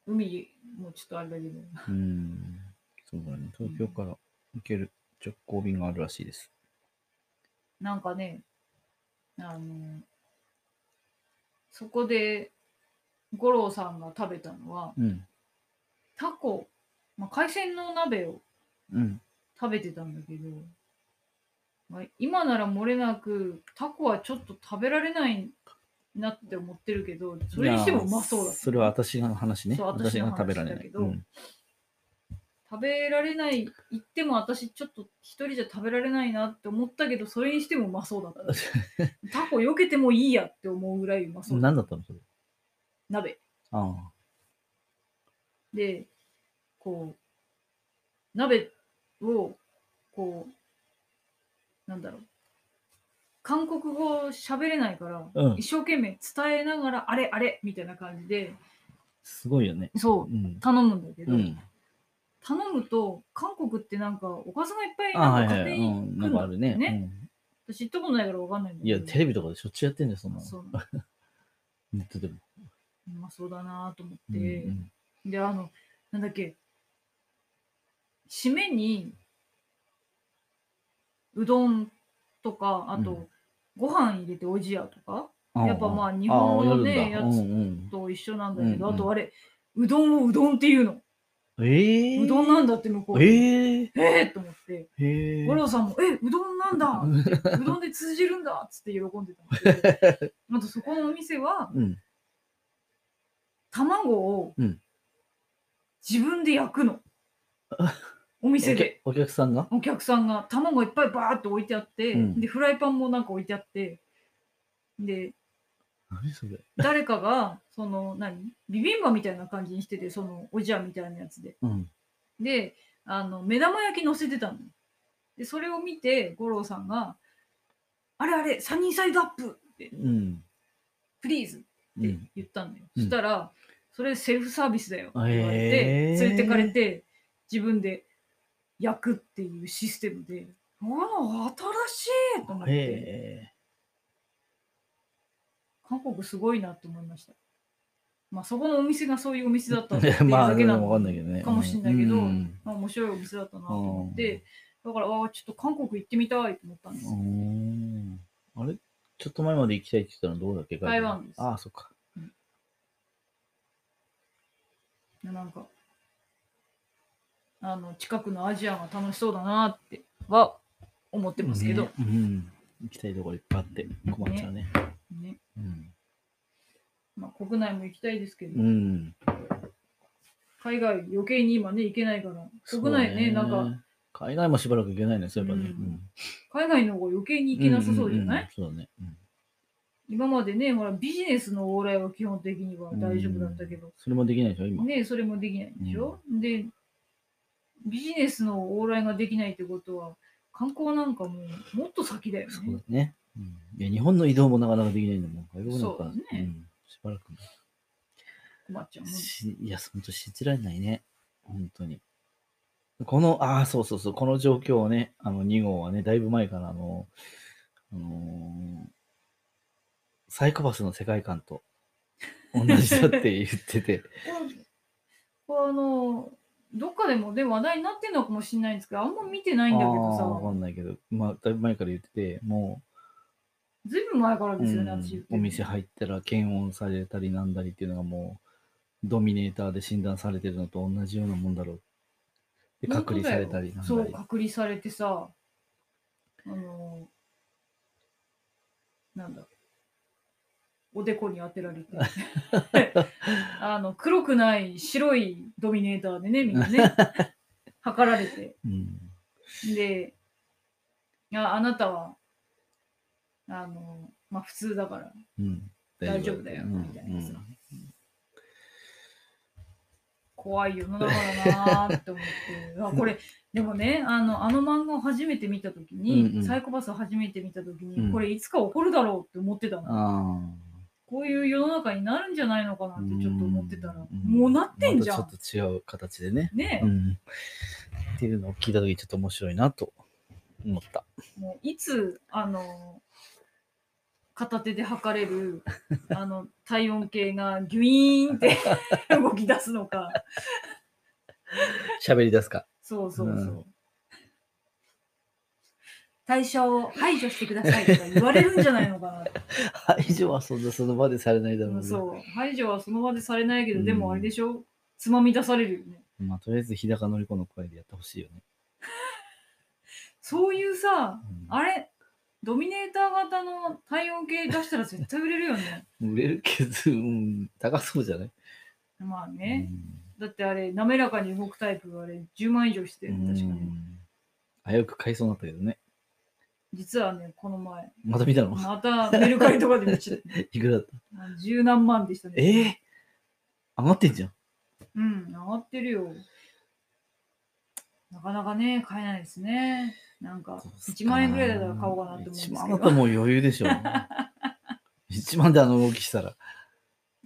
[SPEAKER 1] 海もちょっとあれだけど、
[SPEAKER 2] [LAUGHS] うん。そうだね。東京から行ける直行便があるらしいです。
[SPEAKER 1] なんかね、あの、そこで五郎さんが食べたのは、
[SPEAKER 2] うん。
[SPEAKER 1] タコ、まあ、海鮮の鍋を
[SPEAKER 2] うん。
[SPEAKER 1] 食べてたんだけど、まあ、今なら漏れなくタコはちょっと食べられないなって思ってるけど、それにしてもうまそうだ
[SPEAKER 2] いやーそれは私の話ね。
[SPEAKER 1] そう
[SPEAKER 2] 私
[SPEAKER 1] 私の
[SPEAKER 2] が
[SPEAKER 1] 話
[SPEAKER 2] 食べられな
[SPEAKER 1] だ
[SPEAKER 2] い
[SPEAKER 1] け。ど食べられない、言っても私ちょっと一人じゃ食べられないなって思ったけど、それにしてもうまそうだった。
[SPEAKER 2] [LAUGHS]
[SPEAKER 1] タコ避けてもいいやって思うぐらいうまそうだ。
[SPEAKER 2] 何だったのそれ。
[SPEAKER 1] 鍋。
[SPEAKER 2] あ
[SPEAKER 1] で、こう、鍋を、こう、なんだろう。韓国語喋れないから、
[SPEAKER 2] うん
[SPEAKER 1] 一生懸命伝えながら、あれあれみたいな感じで、
[SPEAKER 2] すごいよね。
[SPEAKER 1] そうう、
[SPEAKER 2] ん。
[SPEAKER 1] 頼むんだけど、
[SPEAKER 2] うん。
[SPEAKER 1] 頼むと、韓国ってなんか、おかずがいっぱい
[SPEAKER 2] あ、
[SPEAKER 1] な
[SPEAKER 2] は
[SPEAKER 1] いんか
[SPEAKER 2] は
[SPEAKER 1] 買って
[SPEAKER 2] い。
[SPEAKER 1] くる
[SPEAKER 2] うん
[SPEAKER 1] だ
[SPEAKER 2] ん。な
[SPEAKER 1] よ
[SPEAKER 2] んかあるね。
[SPEAKER 1] 私行ったことないからわかんないん
[SPEAKER 2] う
[SPEAKER 1] だ
[SPEAKER 2] ん。
[SPEAKER 1] け
[SPEAKER 2] い
[SPEAKER 1] ど。
[SPEAKER 2] や、テレビとかでしょっちゅうやってんだよ、そんなの。
[SPEAKER 1] そう。
[SPEAKER 2] ネットでも。
[SPEAKER 1] うまそうだなと思っ
[SPEAKER 2] うんう
[SPEAKER 1] て、
[SPEAKER 2] ん
[SPEAKER 1] で、あの、なんだっけ、締めに、うどんとか、あと、
[SPEAKER 2] うん
[SPEAKER 1] ご飯入れておじやとかやっぱまあ
[SPEAKER 2] あー
[SPEAKER 1] 日本のね
[SPEAKER 2] あーやるんだうんうん
[SPEAKER 1] と一緒なんだけど、
[SPEAKER 2] うんうん
[SPEAKER 1] あとあれ、うどんをうどんっていうの。
[SPEAKER 2] ええ
[SPEAKER 1] うどんなんだって向こう。
[SPEAKER 2] ええ
[SPEAKER 1] ええと思って、
[SPEAKER 2] へえ
[SPEAKER 1] 五郎さんも、え、うどんなんだ
[SPEAKER 2] うん
[SPEAKER 1] うどんで通じるんだっつって喜んでたんだけ
[SPEAKER 2] [LAUGHS]
[SPEAKER 1] ど、あとそこのお店は、
[SPEAKER 2] うん。
[SPEAKER 1] 卵を
[SPEAKER 2] うん
[SPEAKER 1] 自分で焼く
[SPEAKER 2] [LAUGHS]
[SPEAKER 1] の。お店で。
[SPEAKER 2] お客お客さんが
[SPEAKER 1] お客さんが卵いっぱいバーって置いてあって、
[SPEAKER 2] うん
[SPEAKER 1] で、フライパンもなんか置いてあって、で、
[SPEAKER 2] 何それ
[SPEAKER 1] 誰か
[SPEAKER 2] [LAUGHS]
[SPEAKER 1] が、その、何ビビンバみたいな感じにしてて、その、おじやみたいなやつで。
[SPEAKER 2] うん。
[SPEAKER 1] で、あの、目玉焼き乗せてたの。で、それを見て、五郎さんが、あれあれ、サニーサイドアップって、
[SPEAKER 2] うん。
[SPEAKER 1] プリーズ
[SPEAKER 2] う
[SPEAKER 1] って
[SPEAKER 2] ん
[SPEAKER 1] 言ったんだよ。
[SPEAKER 2] うん
[SPEAKER 1] そしたら、それセルフサービスだよって言われて、
[SPEAKER 2] へー
[SPEAKER 1] 連れてかれて、自分で焼くっていうシステムで、わあ、新しいと思っ
[SPEAKER 2] へ
[SPEAKER 1] て、
[SPEAKER 2] え。
[SPEAKER 1] 韓国すごいなって思いました。まあ、そこのお店がそういうお店だったっていう
[SPEAKER 2] [LAUGHS] まあ、
[SPEAKER 1] だ
[SPEAKER 2] わ
[SPEAKER 1] けなの
[SPEAKER 2] かんないけどね。
[SPEAKER 1] かもしれないけど、
[SPEAKER 2] うん
[SPEAKER 1] まあ、面白いお店だったなと思って、だから、ああ、ちょっと韓国行ってみたいと思ったんです
[SPEAKER 2] う。んあれちょっと前まで行きたいって言ったのどうだっけ
[SPEAKER 1] 台湾です
[SPEAKER 2] ああ、そっか。
[SPEAKER 1] なんか、あの、近くのアジアが楽しそうだなっては思ってますけど
[SPEAKER 2] ね、うん。行きたいところいっぱいあって困っちゃうね。
[SPEAKER 1] ね
[SPEAKER 2] うん
[SPEAKER 1] まあ、国内も行きたいですけど、
[SPEAKER 2] うん。
[SPEAKER 1] 海外余計に今ね、行けないから、国内ね、
[SPEAKER 2] そう
[SPEAKER 1] なんか、。
[SPEAKER 2] 海外もしばらく行けないね、そういえばね。
[SPEAKER 1] うん
[SPEAKER 2] うん
[SPEAKER 1] 海外の方が余計に行けなさそうじゃない、
[SPEAKER 2] んんんそうだね。うん
[SPEAKER 1] 今までね、ほら、ビジネスの往来は基本的には大丈夫だったけど、
[SPEAKER 2] それもできないでしょ、今。
[SPEAKER 1] ね、それもできないんでしょ、で、ビジネスの往来ができないってことは、観光なんかもうもっと先だよ
[SPEAKER 2] そう
[SPEAKER 1] ね
[SPEAKER 2] だ。ね。うん、いや日本の移動もなかなかできないんだもん。外国なんか
[SPEAKER 1] そうだね
[SPEAKER 2] ん、しばらくね
[SPEAKER 1] 困っちゃうもん。
[SPEAKER 2] しいや、本当信じられないね。本当に。この、ああ、そうそうそう、この状況をね、あの、2号はね、だいぶ前から、あの、あのーサイコパスの世界観と同じだって言ってて、
[SPEAKER 1] ここあの、どっかでもね、話題になってんのかもしれないんですけど、あんま見てないんだけど
[SPEAKER 2] あーわか
[SPEAKER 1] さ、
[SPEAKER 2] んないけど、まあ、だいぶ前から言ってて、も
[SPEAKER 1] ずいぶん前から
[SPEAKER 2] う、
[SPEAKER 1] ですよね、
[SPEAKER 2] うん
[SPEAKER 1] 私言ってる
[SPEAKER 2] お
[SPEAKER 1] の
[SPEAKER 2] 店入ったら検温されたりなんだりっていうのがもう、ドミネーターで診断されてるのと同じようなもんだろう。で、
[SPEAKER 1] 本
[SPEAKER 2] 隔
[SPEAKER 1] 当だよ
[SPEAKER 2] 離されたりなんだり。
[SPEAKER 1] そう、隔離されてさ、あの、なんだ、おでこに当てられて、
[SPEAKER 2] [LAUGHS]
[SPEAKER 1] あの、黒くない白いドミネーターでね、みんな
[SPEAKER 2] [LAUGHS]
[SPEAKER 1] ね、測られて、
[SPEAKER 2] うん。
[SPEAKER 1] で、ああなたは、あの、まあ、普通だから、
[SPEAKER 2] うん
[SPEAKER 1] 大丈夫だよみたいなさ
[SPEAKER 2] うん
[SPEAKER 1] 怖い世の中だなーって思
[SPEAKER 2] [LAUGHS]
[SPEAKER 1] って、あこれ、でもね、あの、あの漫画を初めて見たときに、
[SPEAKER 2] うんうん
[SPEAKER 1] サイコパスを初めて見たときに、
[SPEAKER 2] うん
[SPEAKER 1] これいつか起こるだろうって思ってたの。
[SPEAKER 2] あ
[SPEAKER 1] こういう世の中になるんじゃないのかな
[SPEAKER 2] あ
[SPEAKER 1] ってちょっと思ってたら、
[SPEAKER 2] うん
[SPEAKER 1] もうなってんじゃん。
[SPEAKER 2] またちょっと違う形でね。
[SPEAKER 1] ねえ、
[SPEAKER 2] うんっていうのを聞いたときちょっと面白いなと思った。
[SPEAKER 1] もういつ、あの、片手で測れる、あの、体温計がギュイーンって動き出すのか。
[SPEAKER 2] 喋り出
[SPEAKER 1] [LAUGHS]
[SPEAKER 2] すか。
[SPEAKER 1] そうそうそう。
[SPEAKER 2] うん
[SPEAKER 1] 代謝を排除してくださいとか言われるんじゃないのかなって。
[SPEAKER 2] 排除はそんな [LAUGHS] その場でされないだろうね
[SPEAKER 1] そう。排除はその場でされないけど、
[SPEAKER 2] うん
[SPEAKER 1] でもあれでしょつまみ出されるよね。
[SPEAKER 2] まあ、とりあえず日高のり子の声でやってほしいよね。
[SPEAKER 1] そういうさ、
[SPEAKER 2] うん
[SPEAKER 1] あれ、ドミネーター型の体温計出したら絶対売れるよね。 [LAUGHS]
[SPEAKER 2] 売れるけど、うん高そうじゃない
[SPEAKER 1] まあね。だってあれ、滑らかに動くタイプがあれ、10万以上して
[SPEAKER 2] う
[SPEAKER 1] る。
[SPEAKER 2] ん
[SPEAKER 1] 確か
[SPEAKER 2] う
[SPEAKER 1] に。
[SPEAKER 2] ん危うく買いそうになったけどね。
[SPEAKER 1] 実はね、この
[SPEAKER 2] [LAUGHS]
[SPEAKER 1] 前、
[SPEAKER 2] また見たの
[SPEAKER 1] またメルカリとかで見ちゃっ
[SPEAKER 2] いくらだった
[SPEAKER 1] た。十何万でしたね。
[SPEAKER 2] ええ上がってんじゃん。
[SPEAKER 1] うん、上がってるよ。なかなかね、買えないですね。なんか、1万円ぐらいだったら買おうかなって思うんです
[SPEAKER 2] 1
[SPEAKER 1] け [LAUGHS]
[SPEAKER 2] 万だ
[SPEAKER 1] ど
[SPEAKER 2] と。もう余裕でしょ。1万であの動きしたら。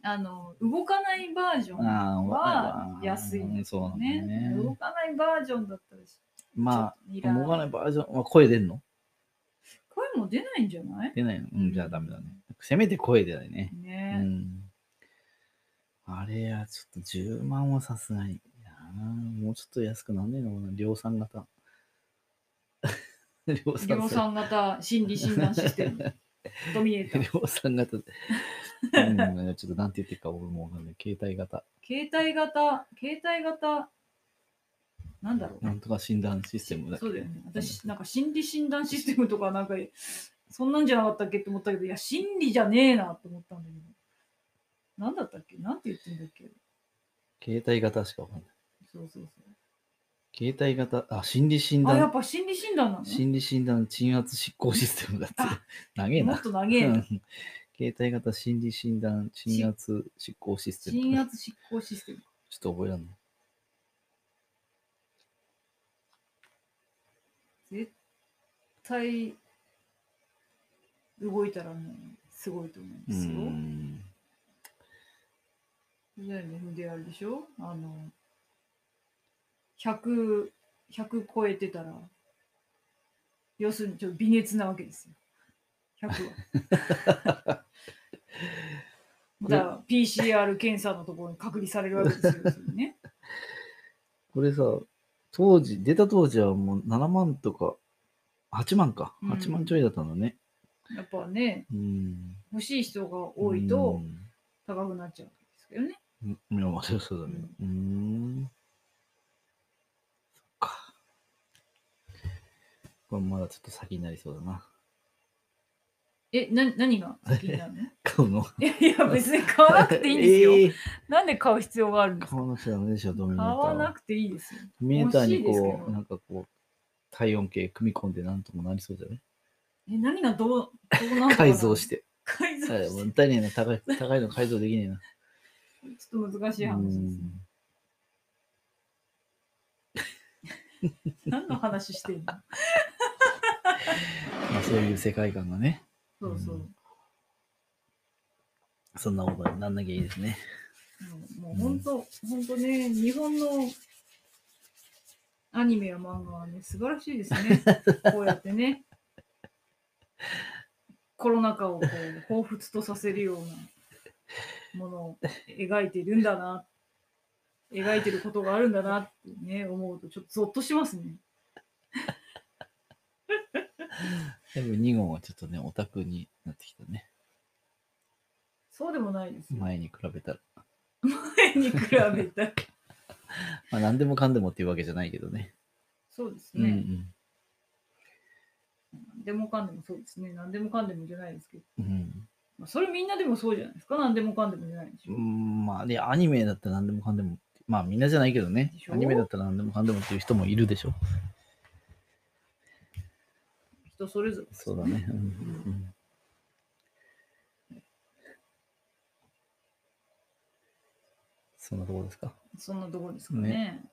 [SPEAKER 1] あの動かないバージョン
[SPEAKER 2] あー
[SPEAKER 1] は安いん
[SPEAKER 2] う
[SPEAKER 1] だ
[SPEAKER 2] んそうなんだ
[SPEAKER 1] ね
[SPEAKER 2] よね。
[SPEAKER 1] 動かないバージョンだったらし
[SPEAKER 2] ま
[SPEAKER 1] ちょっとい
[SPEAKER 2] あ、
[SPEAKER 1] ら
[SPEAKER 2] 動かないバージョンは声出んの
[SPEAKER 1] 声も出ないんじゃない
[SPEAKER 2] 出ないのうん、じゃあダメだね。せめて声出ないね。う
[SPEAKER 1] ね、
[SPEAKER 2] ん。あれや、ちょっと10万はさすがに。いやーもうちょっと安くなんねえのかな量産型。 [LAUGHS] 量産
[SPEAKER 1] 量産型心理診断システ
[SPEAKER 2] [LAUGHS]
[SPEAKER 1] ムドミネーター
[SPEAKER 2] 量産
[SPEAKER 1] [LAUGHS]
[SPEAKER 2] 型で。うん、ちょっとなんて言ってるか俺もわかんない。携帯型。
[SPEAKER 1] 携帯型携帯型なんだろう
[SPEAKER 2] なんとか診断システムだっけ
[SPEAKER 1] そうだよね。私、なんか心理診断システムとか、なんか、そんなんじゃなかったっけって思ったけど、いや、心理じゃねえなって思ったんだけど。なんだったっけなんて言ってんだっけ
[SPEAKER 2] 携帯型しかわかんない。
[SPEAKER 1] そうそうそ
[SPEAKER 2] 携帯型、あ、心理診
[SPEAKER 1] う。あ、やっ
[SPEAKER 2] 断。
[SPEAKER 1] ぱ心理診断なの
[SPEAKER 2] 心理診断鎮圧執行システムだって
[SPEAKER 1] あ。
[SPEAKER 2] 長え
[SPEAKER 1] もっ
[SPEAKER 2] な。
[SPEAKER 1] と長え
[SPEAKER 2] う
[SPEAKER 1] な。
[SPEAKER 2] ん携帯型心理診断鎮圧執行システム。
[SPEAKER 1] 鎮圧執行システム。
[SPEAKER 2] ちょっと覚えらんない。
[SPEAKER 1] 絶対、動いたらね、すごいと思うん
[SPEAKER 2] う
[SPEAKER 1] ですよ。
[SPEAKER 2] ん。
[SPEAKER 1] そうだよね、であれでしょあの、100、100超えてたら、要するにちょっと微熱なわけですよ。100は。だから PCR 検査のところに隔離されるわけですよ。要するにね、
[SPEAKER 2] これさ、当時、出た当時はもう7万とか、8万か。
[SPEAKER 1] うん
[SPEAKER 2] 8万ちょいだったのね。
[SPEAKER 1] やっぱね、
[SPEAKER 2] うん。
[SPEAKER 1] 欲しい人が多いと
[SPEAKER 2] うん
[SPEAKER 1] 高くなっちゃうんですけどね。
[SPEAKER 2] うん、いや、まあ、そうだね。うーん。そっか。これまだちょっと先になりそうだな。
[SPEAKER 1] え、な、何が好きな
[SPEAKER 2] [LAUGHS]
[SPEAKER 1] の
[SPEAKER 2] 顔の。
[SPEAKER 1] いやいや、別に買わなくていいんですよ。
[SPEAKER 2] えー
[SPEAKER 1] なんで買う必要があるんですか
[SPEAKER 2] 顔の人ダメでしょ、ドミネー
[SPEAKER 1] 買
[SPEAKER 2] ター
[SPEAKER 1] わ
[SPEAKER 2] は。
[SPEAKER 1] なくていいですよ。
[SPEAKER 2] ドミネーターに
[SPEAKER 1] 欲しいです
[SPEAKER 2] こ
[SPEAKER 1] け
[SPEAKER 2] う、
[SPEAKER 1] ど
[SPEAKER 2] なんかこう、体温計組み込んでなんともなりそうじゃない
[SPEAKER 1] え、何がどう、どうなんとかなの
[SPEAKER 2] 改造して。
[SPEAKER 1] 改造
[SPEAKER 2] はい、も
[SPEAKER 1] し
[SPEAKER 2] う
[SPEAKER 1] て
[SPEAKER 2] もったいねえな、高い、高いの改造できねえな。
[SPEAKER 1] ちょっと難しい話
[SPEAKER 2] う
[SPEAKER 1] ですね。
[SPEAKER 2] ん
[SPEAKER 1] 何の話してんの
[SPEAKER 2] まあ、そういう世界観がね、
[SPEAKER 1] そうそう。も
[SPEAKER 2] そんなことになんなきゃいいですね。
[SPEAKER 1] うもう本当、本当ね、日本のアニメや漫画はね、素晴らしいです
[SPEAKER 2] [LAUGHS]
[SPEAKER 1] ね。こうやってね、コロナ禍をこう彷彿とさせるようなものを描いているんだな、描いてることがあるんだなってね、思うと、ちょっとゾッとしますね。
[SPEAKER 2] 多分2号はちょっとね、オタクになってきたね。
[SPEAKER 1] そうでもないですよ。
[SPEAKER 2] 前に比べたら。
[SPEAKER 1] 前に比べたら。
[SPEAKER 2] まあ、何でもかんでもっていうわけじゃないけどね。
[SPEAKER 1] そうです
[SPEAKER 2] うんう
[SPEAKER 1] ね。
[SPEAKER 2] ん
[SPEAKER 1] 何でもかんでもそうですね。何でもかんでもじゃないですけど。
[SPEAKER 2] うん
[SPEAKER 1] まあ、それみんなでもそうじゃないですか。何でもかんでもじゃないでし
[SPEAKER 2] う
[SPEAKER 1] ょ。
[SPEAKER 2] ん、まあね、アニメだったら何でもかんでもって、まあみんなじゃないけどね
[SPEAKER 1] でし、ょ
[SPEAKER 2] アニメだったら何でもかんでもっていう人もいるでしょ。
[SPEAKER 1] 人それぞれ。
[SPEAKER 2] そうだね。うんうんそんなとこですか
[SPEAKER 1] そんなところですかね。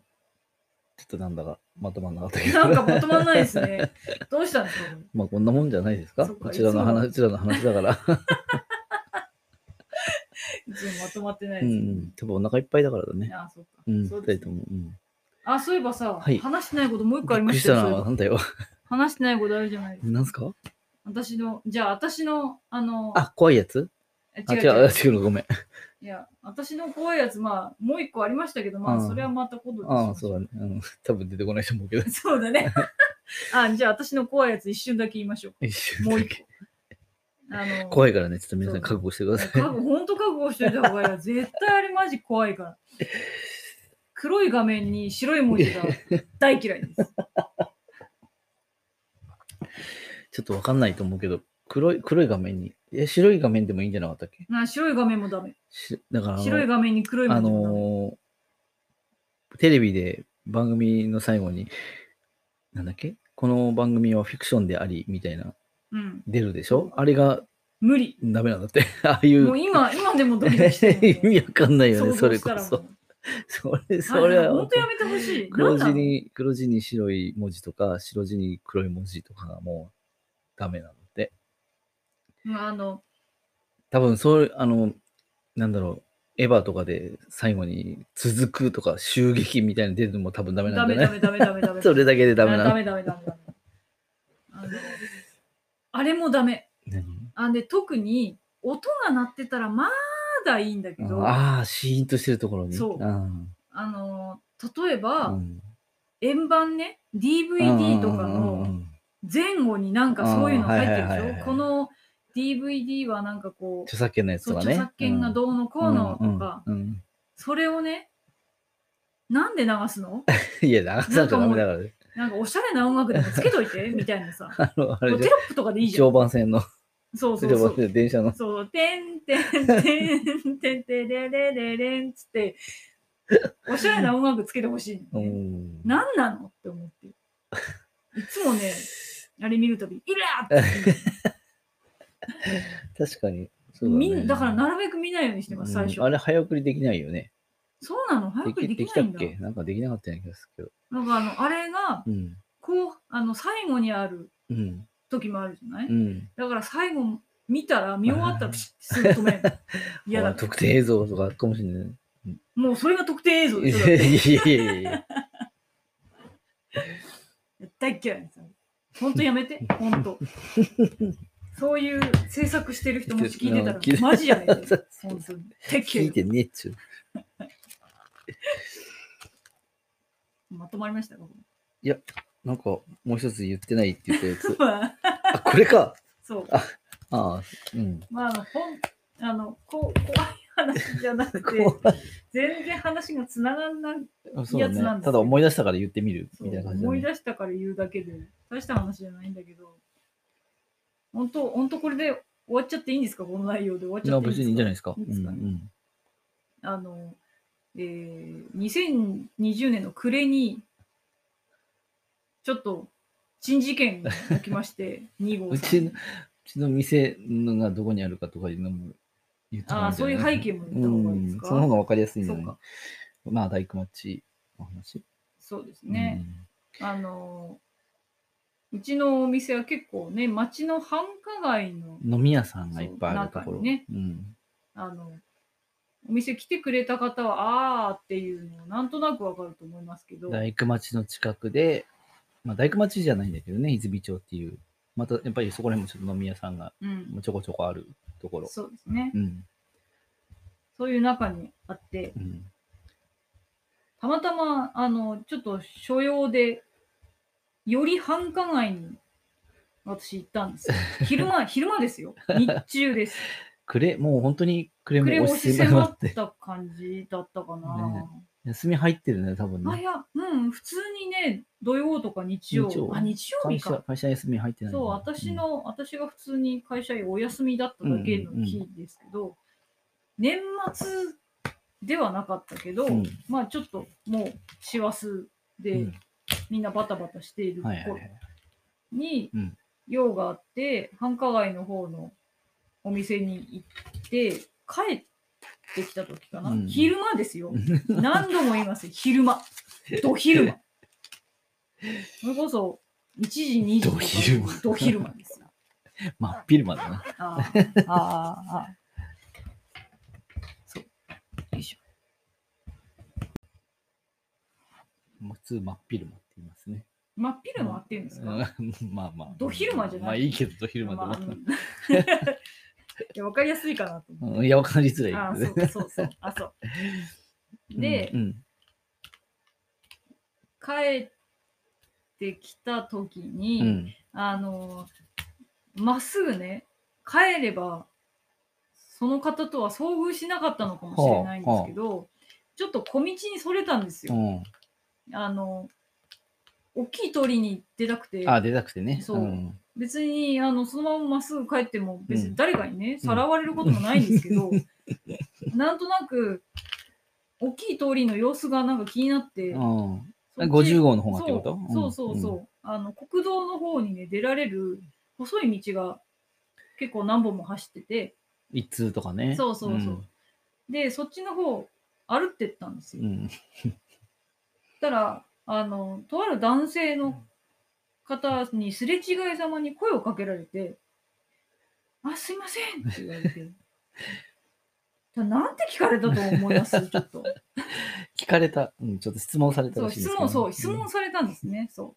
[SPEAKER 2] ちょっとなんだかまとまんなかったけど
[SPEAKER 1] [LAUGHS] な。んかまとまんないですね。どうしたんですかこ
[SPEAKER 2] まあこんなもんじゃないですか
[SPEAKER 1] そっか
[SPEAKER 2] こちらの話、うちらの話
[SPEAKER 1] [LAUGHS]
[SPEAKER 2] だから。
[SPEAKER 1] れいつもまとまってないうで
[SPEAKER 2] んう
[SPEAKER 1] すよ
[SPEAKER 2] ん。多分お腹いっぱいだからだね。
[SPEAKER 1] ああ、そうか。
[SPEAKER 2] うん、
[SPEAKER 1] そう
[SPEAKER 2] 二
[SPEAKER 1] です
[SPEAKER 2] 人と
[SPEAKER 1] ね
[SPEAKER 2] も。うん。
[SPEAKER 1] あ、そういえばさ、
[SPEAKER 2] はい
[SPEAKER 1] 話してないこともう一個あり
[SPEAKER 2] びっ
[SPEAKER 1] ま
[SPEAKER 2] くり
[SPEAKER 1] し
[SPEAKER 2] したた
[SPEAKER 1] よ。そういえ
[SPEAKER 2] な。
[SPEAKER 1] ば
[SPEAKER 2] なんだよ。
[SPEAKER 1] 話してないことあるじゃないですか。
[SPEAKER 2] なんすか
[SPEAKER 1] 私の、じゃあ私の、あの、
[SPEAKER 2] あ、怖いやつ
[SPEAKER 1] え
[SPEAKER 2] あ、
[SPEAKER 1] 違う
[SPEAKER 2] 違
[SPEAKER 1] 違
[SPEAKER 2] う、
[SPEAKER 1] う。
[SPEAKER 2] 違うの、ごめん。
[SPEAKER 1] いや、私の怖いやつ、まあ、もう一個ありましたけど、ま
[SPEAKER 2] う
[SPEAKER 1] あ、
[SPEAKER 2] ん
[SPEAKER 1] それはまた今度にし
[SPEAKER 2] あ
[SPEAKER 1] ま
[SPEAKER 2] あ、
[SPEAKER 1] しょ
[SPEAKER 2] そうだね。うん。多分出てこないと思うけ
[SPEAKER 1] [LAUGHS]
[SPEAKER 2] ど。
[SPEAKER 1] そうだ
[SPEAKER 2] [LAUGHS]
[SPEAKER 1] ね。あ、じゃあ私の怖いやつ一瞬だけ言いましょ
[SPEAKER 2] 一瞬
[SPEAKER 1] う。もう一個。あの、
[SPEAKER 2] 怖
[SPEAKER 1] い。
[SPEAKER 2] いからね、ちょっと皆さん覚悟してください。
[SPEAKER 1] 多分本当覚悟しといた方がいいわ。絶対あれマジ怖いから。黒い画面に白い文
[SPEAKER 2] [LAUGHS]
[SPEAKER 1] 字が大嫌いです。
[SPEAKER 2] ちょっとわかんないと思うけど、黒い、黒い画面に、え、白い画面でもいいんじゃなかったっけ
[SPEAKER 1] な白い画面もダメ。
[SPEAKER 2] しだからあの、
[SPEAKER 1] 白い画面に黒い
[SPEAKER 2] あ
[SPEAKER 1] 文字もダメ。
[SPEAKER 2] のーテレビで番組の最後に、なんだっけこの番組はフィクションであり、みたいな、
[SPEAKER 1] うん。
[SPEAKER 2] 出るでしょあれが
[SPEAKER 1] 無理。
[SPEAKER 2] ダメなんだって。 [LAUGHS] ああい
[SPEAKER 1] もう
[SPEAKER 2] う、
[SPEAKER 1] 今、今でもドキドキしてる
[SPEAKER 2] 意味わかんないよ
[SPEAKER 1] 想
[SPEAKER 2] ね、
[SPEAKER 1] 像
[SPEAKER 2] それ
[SPEAKER 1] した
[SPEAKER 2] こ
[SPEAKER 1] らも
[SPEAKER 2] そ。
[SPEAKER 1] う
[SPEAKER 2] それ、
[SPEAKER 1] あ
[SPEAKER 2] それは
[SPEAKER 1] 本当やめてほしい。
[SPEAKER 2] 黒
[SPEAKER 1] なん
[SPEAKER 2] 字
[SPEAKER 1] なの
[SPEAKER 2] に、黒字に白い文字とか、白字に黒い文字とかがもうダメなので。
[SPEAKER 1] うんあの、
[SPEAKER 2] 多分そう、あの、なんだろう、エヴァとかで最後に続くとか襲撃みたいなの出るのも多分ダメ
[SPEAKER 1] ダ
[SPEAKER 2] なんだ
[SPEAKER 1] メ
[SPEAKER 2] ね。
[SPEAKER 1] ダメダメダメダメ。
[SPEAKER 2] [LAUGHS] それだけでダメな
[SPEAKER 1] ダ
[SPEAKER 2] の。
[SPEAKER 1] メダメダメダメ。あのあれもダメ。あんで特に音が鳴ってたらまだいいんだけ
[SPEAKER 2] 何
[SPEAKER 1] ど、あ
[SPEAKER 2] ああ、シーンとしてるところに。
[SPEAKER 1] そう
[SPEAKER 2] うん
[SPEAKER 1] の例えば、
[SPEAKER 2] うん
[SPEAKER 1] 円盤ね、DVD とか
[SPEAKER 2] うんう
[SPEAKER 1] の
[SPEAKER 2] んうん
[SPEAKER 1] 前後になんかそういうの入ってる
[SPEAKER 2] あーはいはい
[SPEAKER 1] で
[SPEAKER 2] は
[SPEAKER 1] し
[SPEAKER 2] いは
[SPEAKER 1] ょ。
[SPEAKER 2] い
[SPEAKER 1] この DVD はなんかこう、
[SPEAKER 2] 著作権のやつ
[SPEAKER 1] そう
[SPEAKER 2] とかね。
[SPEAKER 1] 著作権が
[SPEAKER 2] う
[SPEAKER 1] どうのこ
[SPEAKER 2] こ
[SPEAKER 1] うのとか、
[SPEAKER 2] うんうん
[SPEAKER 1] それをね、なんで流すの [LAUGHS]
[SPEAKER 2] うんいや、流さなきゃダメだからね。
[SPEAKER 1] なんかおしゃれな音楽でもつけといてみたいなさ。も
[SPEAKER 2] あ [LAUGHS] の、あ
[SPEAKER 1] う
[SPEAKER 2] れ
[SPEAKER 1] テ
[SPEAKER 2] じ
[SPEAKER 1] ロ
[SPEAKER 2] ゃ、
[SPEAKER 1] ップとかでいいじゃん。
[SPEAKER 2] 常磐線の、
[SPEAKER 1] そうそう
[SPEAKER 2] 常
[SPEAKER 1] そ
[SPEAKER 2] 磐
[SPEAKER 1] う。
[SPEAKER 2] 線の電車の。
[SPEAKER 1] そう、てんてんてんてんてれれれれんつって、おしゃれな音楽つけてほしい、
[SPEAKER 2] う
[SPEAKER 1] ね。
[SPEAKER 2] ん
[SPEAKER 1] 何なのって思ってる。いつもね、あれ見るたび、イラーって
[SPEAKER 2] 確かに。そうだね
[SPEAKER 1] みんだからなるべく見ないようにしてます、最初。
[SPEAKER 2] うんあれ、早送りできないよね。
[SPEAKER 1] そうなの早くでき
[SPEAKER 2] き
[SPEAKER 1] な
[SPEAKER 2] た
[SPEAKER 1] いん
[SPEAKER 2] っ
[SPEAKER 1] だ。
[SPEAKER 2] けなんかできなかったような気がする
[SPEAKER 1] なんかあの、あれが、
[SPEAKER 2] けど。うん。
[SPEAKER 1] こう、あの、最後にある
[SPEAKER 2] うん。
[SPEAKER 1] 時もあるじゃない、
[SPEAKER 2] うん。
[SPEAKER 1] だから最後見たら見終わったらピシッすぐ止め
[SPEAKER 2] [LAUGHS]
[SPEAKER 1] るの。嫌だ
[SPEAKER 2] あ特定映像とかあるかもしれない。
[SPEAKER 1] もうそれが特定映像
[SPEAKER 2] い
[SPEAKER 1] でしょだっ
[SPEAKER 2] や
[SPEAKER 1] て。
[SPEAKER 2] いやいや
[SPEAKER 1] [LAUGHS]
[SPEAKER 2] いや。
[SPEAKER 1] 大っ嫌いです。ほんとやめ
[SPEAKER 2] [LAUGHS]
[SPEAKER 1] て、ほんと。そういう制作してる人もし聞いてた
[SPEAKER 2] 聞い
[SPEAKER 1] ら
[SPEAKER 2] て
[SPEAKER 1] マジやめ
[SPEAKER 2] [LAUGHS]
[SPEAKER 1] て。本当に。てっき
[SPEAKER 2] 聞い
[SPEAKER 1] り
[SPEAKER 2] てねえっちゅう。
[SPEAKER 1] まとまりましたか。
[SPEAKER 2] なんか、もう一つ言ってないって言ったやつ
[SPEAKER 1] まあ
[SPEAKER 2] あ、これか。
[SPEAKER 1] [LAUGHS] そう。
[SPEAKER 2] ああ、うん。
[SPEAKER 1] まあ、あの、ほん、あの、こう、怖い話じゃなく
[SPEAKER 2] [LAUGHS]
[SPEAKER 1] て、
[SPEAKER 2] 怖
[SPEAKER 1] 全然話がつながんない。
[SPEAKER 2] いそう
[SPEAKER 1] や
[SPEAKER 2] だ
[SPEAKER 1] つなんですよ
[SPEAKER 2] ね。ただ思い出したから言ってみる
[SPEAKER 1] そう
[SPEAKER 2] みたいな感じだ
[SPEAKER 1] 思い
[SPEAKER 2] ね。
[SPEAKER 1] 出したから言うだけで、大した話じゃないんだけど、本当本当これで終わっちゃっていいんですかこの内容で終わっちゃ
[SPEAKER 2] な
[SPEAKER 1] っていいん
[SPEAKER 2] 別
[SPEAKER 1] ですか
[SPEAKER 2] にいいんじゃないですか。
[SPEAKER 1] いいですかね
[SPEAKER 2] うんうん
[SPEAKER 1] あの、えー、2020年の暮れに、ちょっと、珍事件が起きま
[SPEAKER 2] [LAUGHS]
[SPEAKER 1] して、2号
[SPEAKER 2] う
[SPEAKER 1] さ
[SPEAKER 2] ち
[SPEAKER 1] ん
[SPEAKER 2] の、うちの店のがどこにあるかとかいうのも言った方が
[SPEAKER 1] あー
[SPEAKER 2] んじゃな
[SPEAKER 1] そういう背景も言った方がいいですか
[SPEAKER 2] うんその方がわかりやすいんじゃない
[SPEAKER 1] そうか
[SPEAKER 2] まあ、大工町の話。
[SPEAKER 1] そうですね。あの、うちのお店は結構ね、町の繁華街の、
[SPEAKER 2] うん飲み屋さんがいっぱいあるとこ
[SPEAKER 1] そう中に
[SPEAKER 2] ろ。
[SPEAKER 1] ね
[SPEAKER 2] うん。
[SPEAKER 1] あの、お店来てくれた方は、あーっていうのをなんとなくわかると思いますけど、
[SPEAKER 2] 大工町の近くで、まあ、大工町じゃないんだけどね、泉町っていう。また、やっぱりそこら辺もちょっと飲み屋さんが
[SPEAKER 1] うん、
[SPEAKER 2] ちょこちょこあるところ。
[SPEAKER 1] そうですね。
[SPEAKER 2] うん。
[SPEAKER 1] そういう中にあって、
[SPEAKER 2] うん。
[SPEAKER 1] たまたま、あの、ちょっと所用で、より繁華街に私行ったん
[SPEAKER 2] [LAUGHS]
[SPEAKER 1] ですよ。昼間、昼間ですよ。日中です。
[SPEAKER 2] くれ、もう本当にくれ
[SPEAKER 1] 暮れ
[SPEAKER 2] も
[SPEAKER 1] 押
[SPEAKER 2] 押
[SPEAKER 1] し
[SPEAKER 2] し
[SPEAKER 1] 迫
[SPEAKER 2] 迫
[SPEAKER 1] っ
[SPEAKER 2] って。
[SPEAKER 1] た感じだったかな。
[SPEAKER 2] ね [LAUGHS] 休み入ってるね、多分
[SPEAKER 1] あ、
[SPEAKER 2] ね
[SPEAKER 1] い。や、うん、普通にね、土曜とか日曜。
[SPEAKER 2] 日曜
[SPEAKER 1] あ、日曜
[SPEAKER 2] 会
[SPEAKER 1] 日
[SPEAKER 2] 社
[SPEAKER 1] か。
[SPEAKER 2] 会社休み入ってない
[SPEAKER 1] そう、
[SPEAKER 2] のかな。
[SPEAKER 1] 私の、私が普通に会社お休みだっただけの日ですけど、年末ではなかったけど、
[SPEAKER 2] うん
[SPEAKER 1] まあちょっともう師走で、
[SPEAKER 2] うん、
[SPEAKER 1] みんなバタバタしている
[SPEAKER 2] はいはい
[SPEAKER 1] 頃
[SPEAKER 2] はい。
[SPEAKER 1] に
[SPEAKER 2] うん
[SPEAKER 1] 用があって、繁華街の方のお店に行って、帰ってきた時かな、
[SPEAKER 2] うん
[SPEAKER 1] 昼間ですよ
[SPEAKER 2] う。
[SPEAKER 1] 何度も言いますよ、昼間。ど昼間。それこそ、1時、2時とか。
[SPEAKER 2] ど昼間
[SPEAKER 1] ど昼間ですよ。
[SPEAKER 2] 真っ昼間だな。
[SPEAKER 1] あーあー、あーそう。よいしょ。
[SPEAKER 2] 普通真っ昼間って言いますね。
[SPEAKER 1] 真っ昼間って言うんですか、
[SPEAKER 2] うんまあまあ。
[SPEAKER 1] ど昼間じゃない
[SPEAKER 2] まあいいけど、ど昼間で
[SPEAKER 1] ま
[SPEAKER 2] も
[SPEAKER 1] あ、うん [LAUGHS] いやわかりやすいかなと思って。
[SPEAKER 2] うんいや、わかりづ
[SPEAKER 1] あ
[SPEAKER 2] らい
[SPEAKER 1] あ
[SPEAKER 2] けどね。
[SPEAKER 1] そうそうそう。あそう。で、
[SPEAKER 2] うんうん
[SPEAKER 1] 帰ってきた時に、
[SPEAKER 2] うん
[SPEAKER 1] あのまっすぐね帰ればその方とは遭遇しなかったのかもしれないんですけど、ちょっと小道にそれたんです
[SPEAKER 2] う
[SPEAKER 1] よ。
[SPEAKER 2] ん。
[SPEAKER 1] あの大きい通りに出たくて
[SPEAKER 2] あ、出たくてね。
[SPEAKER 1] そう
[SPEAKER 2] うん
[SPEAKER 1] 別にあのそのまままっすぐ帰っても別
[SPEAKER 2] う
[SPEAKER 1] に
[SPEAKER 2] ん
[SPEAKER 1] 誰かにね、さらわれることもないんですけ
[SPEAKER 2] [LAUGHS]
[SPEAKER 1] ど、なんとなく大きい通りの様子がなんか気になって、
[SPEAKER 2] うん。
[SPEAKER 1] そっち
[SPEAKER 2] 50号の方がってこと
[SPEAKER 1] そうそうそうそう、あの国道の方にね出られる細い道が結構何本も走ってて
[SPEAKER 2] うん。一通とかね。
[SPEAKER 1] そうそうそうでそっちの方歩ってったんです
[SPEAKER 2] う
[SPEAKER 1] よ、
[SPEAKER 2] ん。うん。
[SPEAKER 1] そしたらあのとある男性の方にすれ違いざまに声を [LAUGHS] かけられて「あすいません」って言われてなんて聞かれたと思い
[SPEAKER 2] [LAUGHS]
[SPEAKER 1] ますちょっと。
[SPEAKER 2] 聞かれた、うん、ちょっと質問された
[SPEAKER 1] そ
[SPEAKER 2] ら
[SPEAKER 1] う、
[SPEAKER 2] しいです
[SPEAKER 1] 質
[SPEAKER 2] けど
[SPEAKER 1] 問、
[SPEAKER 2] ね、
[SPEAKER 1] そう、質問されたんですね。そ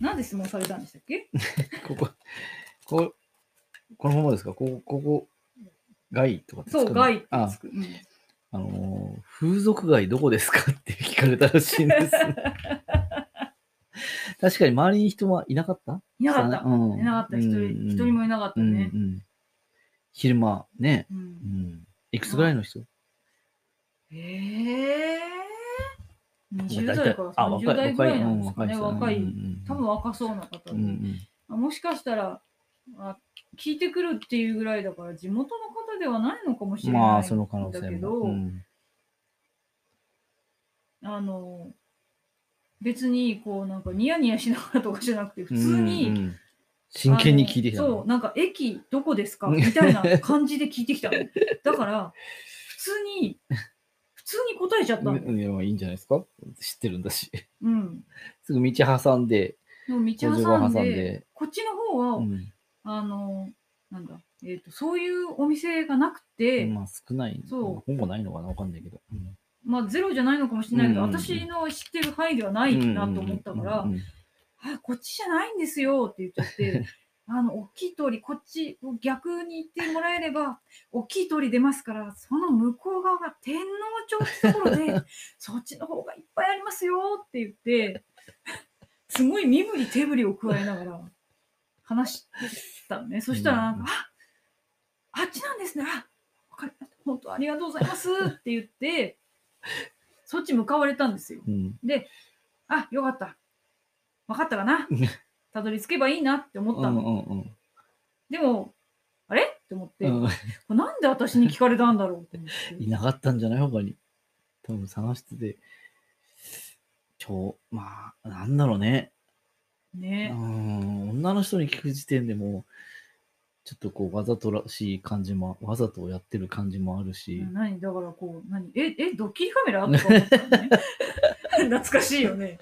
[SPEAKER 1] う。なんで質問されたんでしたっけ
[SPEAKER 2] うん。ここ、ここのままですかここ、ここ、害とかってつく
[SPEAKER 1] そ
[SPEAKER 2] の
[SPEAKER 1] う、害って
[SPEAKER 2] あ
[SPEAKER 1] つ、く。うん
[SPEAKER 2] あのー風俗街どこですかって聞かれたらしいんです。
[SPEAKER 1] [LAUGHS]
[SPEAKER 2] 確かに周りに人はいなかった
[SPEAKER 1] いなかった。
[SPEAKER 2] うん
[SPEAKER 1] いなかった。一
[SPEAKER 2] うん
[SPEAKER 1] 人、一人もいなかった
[SPEAKER 2] うん
[SPEAKER 1] ね
[SPEAKER 2] う。ん昼間、ね。
[SPEAKER 1] う
[SPEAKER 2] うんん。いくつぐらいの人
[SPEAKER 1] ええー。20
[SPEAKER 2] 大
[SPEAKER 1] 代
[SPEAKER 2] 体
[SPEAKER 1] から
[SPEAKER 2] あ、若
[SPEAKER 1] 30
[SPEAKER 2] い、
[SPEAKER 1] 代ぐ
[SPEAKER 2] 若
[SPEAKER 1] ら
[SPEAKER 2] い、
[SPEAKER 1] いうなん
[SPEAKER 2] ん
[SPEAKER 1] ですか
[SPEAKER 2] 若い
[SPEAKER 1] ね。若い、
[SPEAKER 2] 人。うんうん
[SPEAKER 1] 多分若そうな方
[SPEAKER 2] う
[SPEAKER 1] で
[SPEAKER 2] んうん
[SPEAKER 1] あもしかしたらあ聞いてくるっていうぐらいだから地元の方ではないのかもしれないんだけど、
[SPEAKER 2] まあ、その可能性も。うん
[SPEAKER 1] あの別にこうなんかニヤニヤしながらとかじゃなくて普通に、
[SPEAKER 2] うんうん真剣に聞いてき
[SPEAKER 1] あ
[SPEAKER 2] たの
[SPEAKER 1] のそうなんか駅どこですかみたいな感じで聞いてき
[SPEAKER 2] [LAUGHS]
[SPEAKER 1] たのだから普通に普通に答えちゃったの、
[SPEAKER 2] うんいやまあいいんじゃないですか知ってるんだし。
[SPEAKER 1] うん、
[SPEAKER 2] すぐ道挟んで、
[SPEAKER 1] でも道
[SPEAKER 2] 路上
[SPEAKER 1] 挟ん
[SPEAKER 2] 挟ん
[SPEAKER 1] で
[SPEAKER 2] で。
[SPEAKER 1] こっちの方は、
[SPEAKER 2] うん
[SPEAKER 1] あのなんだ、えー、とそういうお店がなくて、
[SPEAKER 2] まあ少ない。
[SPEAKER 1] そう
[SPEAKER 2] ほぼないのかなわかんないけど。うん
[SPEAKER 1] まあゼロじゃないのかもしれないけど、
[SPEAKER 2] うんうんうん
[SPEAKER 1] 私の知ってる範囲ではないなと思ったから、
[SPEAKER 2] うんうんうん
[SPEAKER 1] あこっちじゃないんですよって言っちゃって [LAUGHS] あの大きい通りこっちを逆に行ってもらえれば大きい通り出ますからその向こう側が天皇町ってところ [LAUGHS] でそっちの方がいっぱいありますよって言ってすごい身振り手振りを加えながら話してたのねそしたらなんか、ああっちなんですねあわかりました本当ありがとうございますって言ってそっち向かわれたんですよ。
[SPEAKER 2] うんうん
[SPEAKER 1] で、あ、よかった。分かったかな
[SPEAKER 2] うん。
[SPEAKER 1] たどり着けばいいなって思ったの。
[SPEAKER 2] うん
[SPEAKER 1] でも、あれって思って、
[SPEAKER 2] うん
[SPEAKER 1] これなんで私に聞かれたんだろうって思って
[SPEAKER 2] いなかったんじゃない他に。多分探してて。ちょ、まあ、なんだろうね。う
[SPEAKER 1] ね。
[SPEAKER 2] ん、女の人に聞く時点でもう、ちょっとこう、わざとらしい感じも、わざとやってる感じもあるし、
[SPEAKER 1] 何だからこう、何え、え、ドッキリカメラとか思ったのね。 [LAUGHS] 懐かしいよね。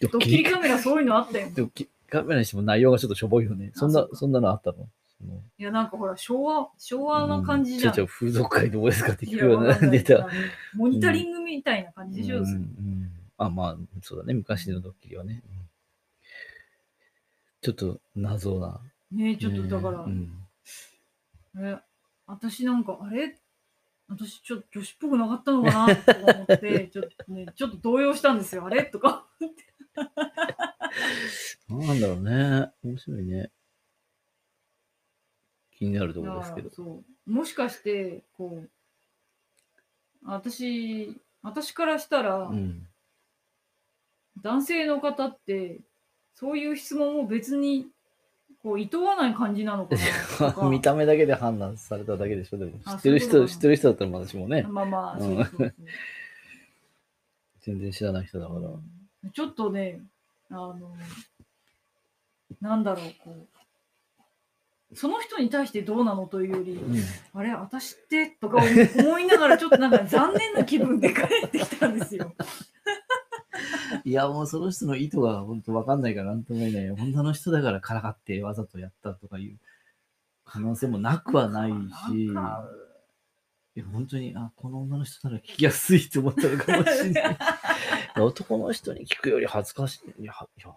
[SPEAKER 2] ド
[SPEAKER 1] ドッキリカメラそういうのあったよ。
[SPEAKER 2] ドッキリカメラにしても内容がちょっとしょぼいよね。そん
[SPEAKER 1] そ
[SPEAKER 2] な
[SPEAKER 1] う、か
[SPEAKER 2] そんなのあったのその
[SPEAKER 1] いや、なんかほら、昭和、昭和な感じじゃん。
[SPEAKER 2] ちょいちょい風俗会どうですかって聞
[SPEAKER 1] い
[SPEAKER 2] く
[SPEAKER 1] や
[SPEAKER 2] よう
[SPEAKER 1] わ
[SPEAKER 2] な
[SPEAKER 1] かんない
[SPEAKER 2] [LAUGHS] ネタ。
[SPEAKER 1] モニタリングみたいな感じでしょ、
[SPEAKER 2] うんうんあ、まあ、そうだね。昔のドッキリはね。うんちょっと謎な。
[SPEAKER 1] ねちょっとだから、
[SPEAKER 2] うん
[SPEAKER 1] え、私なんか、あれ私ちょっと女子っぽくなかったのかなと [LAUGHS] か思って、ちょっとね、ちょっと動揺したんですよ。あれとか。
[SPEAKER 2] なんだろうね。面白いね。気になるところですけど
[SPEAKER 1] だか。らそうもしかして、こう、私、私からしたら、
[SPEAKER 2] うん。
[SPEAKER 1] 男性の方って、そういう質問を別に、こう、いとわない感じなのかなとか。
[SPEAKER 2] [LAUGHS] 見た目だけで判断されただけでしょ。でも知
[SPEAKER 1] あ
[SPEAKER 2] ってる
[SPEAKER 1] そういうこと
[SPEAKER 2] 人、
[SPEAKER 1] か
[SPEAKER 2] 知ってる人だったら私もね、
[SPEAKER 1] まあまあ、
[SPEAKER 2] う
[SPEAKER 1] そ
[SPEAKER 2] ん
[SPEAKER 1] うそうそう
[SPEAKER 2] 全然知らない人だから。
[SPEAKER 1] うんちょっとね、あの、なんだろう、こう、その人に対してどうなのというより、
[SPEAKER 2] うん
[SPEAKER 1] あれ、私ってとか思思いながら、ちょっとなんか残念な気分で帰ってきたんですよ。
[SPEAKER 2] いや、もうその人の意図が本当わかんないからなんとも言えないよ。女の人だからからかってわざとやったとかいう可能性もなくはないし、
[SPEAKER 1] なんか
[SPEAKER 2] いや本当に、あ、この女の人なら聞きやすいと思ったのかもし
[SPEAKER 1] [LAUGHS]
[SPEAKER 2] れない。男の人に聞くより恥ずかしい。いや、いや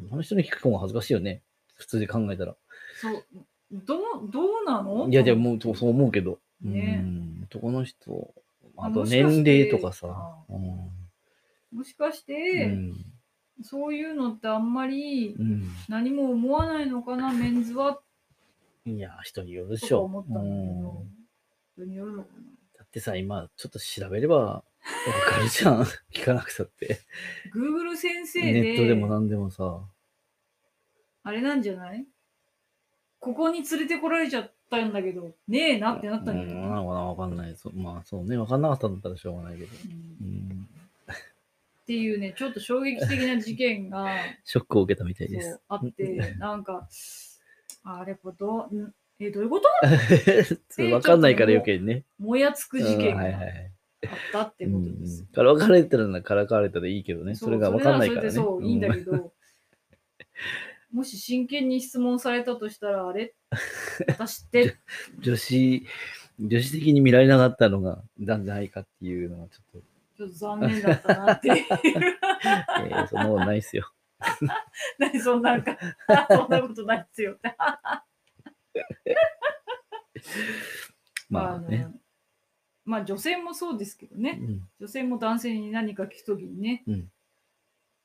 [SPEAKER 2] 女の人に聞く方が恥ずかしいよね。普通で考えたら。
[SPEAKER 1] そう、どう、どうなの
[SPEAKER 2] いや、でももうそうそう思うけど。
[SPEAKER 1] ね
[SPEAKER 2] うん男の人、あと
[SPEAKER 1] もしかして
[SPEAKER 2] 年齢とかさ。
[SPEAKER 1] あ
[SPEAKER 2] うん
[SPEAKER 1] もしかし
[SPEAKER 2] う
[SPEAKER 1] て、
[SPEAKER 2] ん。
[SPEAKER 1] そういうのってあんまり
[SPEAKER 2] うん
[SPEAKER 1] 何も思わないのかな、メンズは、
[SPEAKER 2] いや、人によるで
[SPEAKER 1] と
[SPEAKER 2] し
[SPEAKER 1] か
[SPEAKER 2] ょ。
[SPEAKER 1] 思ったんだけ
[SPEAKER 2] う
[SPEAKER 1] ど
[SPEAKER 2] ん、
[SPEAKER 1] 人によるのかな。
[SPEAKER 2] だってさ、今、ちょっと調べればわかる
[SPEAKER 1] [LAUGHS]
[SPEAKER 2] じゃん。聞かなくたって。
[SPEAKER 1] Google 先生
[SPEAKER 2] ネ
[SPEAKER 1] で、
[SPEAKER 2] ットでも何でもさ。
[SPEAKER 1] あれなんじゃないここに連れてこられちゃったんだけど、ねえなってなったんじゃ
[SPEAKER 2] うん、な
[SPEAKER 1] ない
[SPEAKER 2] のかなわかんない。そまあ、そうね。わかんなかったんだったらしょうがないけど。
[SPEAKER 1] うん
[SPEAKER 2] う
[SPEAKER 1] っ
[SPEAKER 2] ん。
[SPEAKER 1] ていうね、ちょっと衝撃的な事件が
[SPEAKER 2] ショックを受けたみたいで
[SPEAKER 1] そ
[SPEAKER 2] す
[SPEAKER 1] う。あっ
[SPEAKER 2] うん
[SPEAKER 1] て、なんか、あれこれどう、んえ、どういうこと
[SPEAKER 2] [LAUGHS] それわかんないから余計にね。
[SPEAKER 1] もやつく事件
[SPEAKER 2] うん
[SPEAKER 1] が
[SPEAKER 2] はい
[SPEAKER 1] あ
[SPEAKER 2] はいはい。
[SPEAKER 1] ったって
[SPEAKER 2] う
[SPEAKER 1] こ
[SPEAKER 2] ん
[SPEAKER 1] とです。
[SPEAKER 2] うんからかれてるならからかわれたらいいけどね。
[SPEAKER 1] う
[SPEAKER 2] それがわかんないからね。
[SPEAKER 1] それならそれでそう、いいんだけ
[SPEAKER 2] ど。
[SPEAKER 1] ど、もし真剣に質問されたとしたら、あ
[SPEAKER 2] [LAUGHS]
[SPEAKER 1] れ私って、
[SPEAKER 2] 女子、女子的に見られなかったのがなんじゃないかっていうのはちょっ
[SPEAKER 1] ちょっと残念だったなっていう。
[SPEAKER 2] と、えーそんなことないっ
[SPEAKER 1] [LAUGHS]
[SPEAKER 2] すよ。
[SPEAKER 1] 何そんなん
[SPEAKER 2] [LAUGHS]
[SPEAKER 1] か、そんなことないっすよ。
[SPEAKER 2] まあね。
[SPEAKER 1] の。まあ女性もそうですけど
[SPEAKER 2] う
[SPEAKER 1] ね。
[SPEAKER 2] ん、
[SPEAKER 1] 女性も男性に何か聞くときにね、
[SPEAKER 2] うん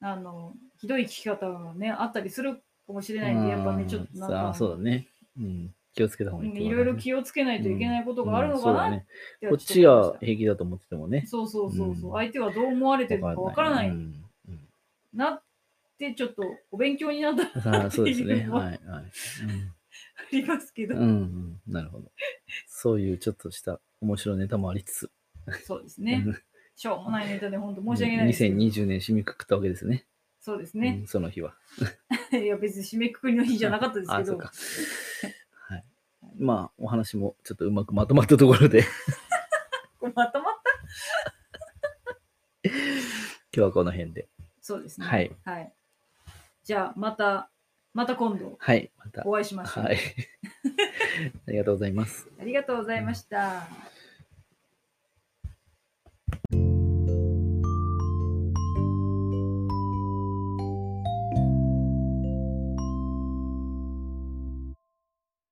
[SPEAKER 1] あの、ひどい聞き方がね、あったりするかもしれないんで、やっぱね、ちょっとなん
[SPEAKER 2] さあ
[SPEAKER 1] か、
[SPEAKER 2] そうだね。うん。気をつけた方がいいって
[SPEAKER 1] い
[SPEAKER 2] ことだね。
[SPEAKER 1] ろいろ気をつけないといけないことがあるの
[SPEAKER 2] う
[SPEAKER 1] か
[SPEAKER 2] んうんそう
[SPEAKER 1] な
[SPEAKER 2] だ
[SPEAKER 1] っ
[SPEAKER 2] ね
[SPEAKER 1] て
[SPEAKER 2] こっちが平気だと思っててもね。
[SPEAKER 1] そうそうそうそう、
[SPEAKER 2] うん
[SPEAKER 1] 相手はどう思われてるのかわからな
[SPEAKER 2] う
[SPEAKER 1] い
[SPEAKER 2] んうん
[SPEAKER 1] なって、ちょっとお勉強になったら
[SPEAKER 2] ああそうです [LAUGHS]
[SPEAKER 1] ってい
[SPEAKER 2] ね。
[SPEAKER 1] うのは
[SPEAKER 2] はいはい。
[SPEAKER 1] ありますけ
[SPEAKER 2] う
[SPEAKER 1] ど、
[SPEAKER 2] ん、うんうん、なるほど。そういうちょっとした面白いネタもありつつ。
[SPEAKER 1] そうですね
[SPEAKER 2] うん。
[SPEAKER 1] しょうもないネタで本当申し訳ないですけど。
[SPEAKER 2] 2020年締めくくったわけですね。
[SPEAKER 1] そうですね
[SPEAKER 2] う。んその日は。
[SPEAKER 1] [LAUGHS] いや、別に締めくくりの日じゃなかったです
[SPEAKER 2] あ
[SPEAKER 1] け
[SPEAKER 2] あ、そう
[SPEAKER 1] ど
[SPEAKER 2] か。はい。まあ、お話もちょっとうまくまとまったところで、今、
[SPEAKER 1] こ [LAUGHS] れまとまった。
[SPEAKER 2] 日はこの辺で。
[SPEAKER 1] そうですね。
[SPEAKER 2] はい。
[SPEAKER 1] はい。じゃあ、また、また今度
[SPEAKER 2] はい。また。 [LAUGHS]
[SPEAKER 1] お会いしましょう。
[SPEAKER 2] はい。ありがとうございます。
[SPEAKER 1] ありがとうございました。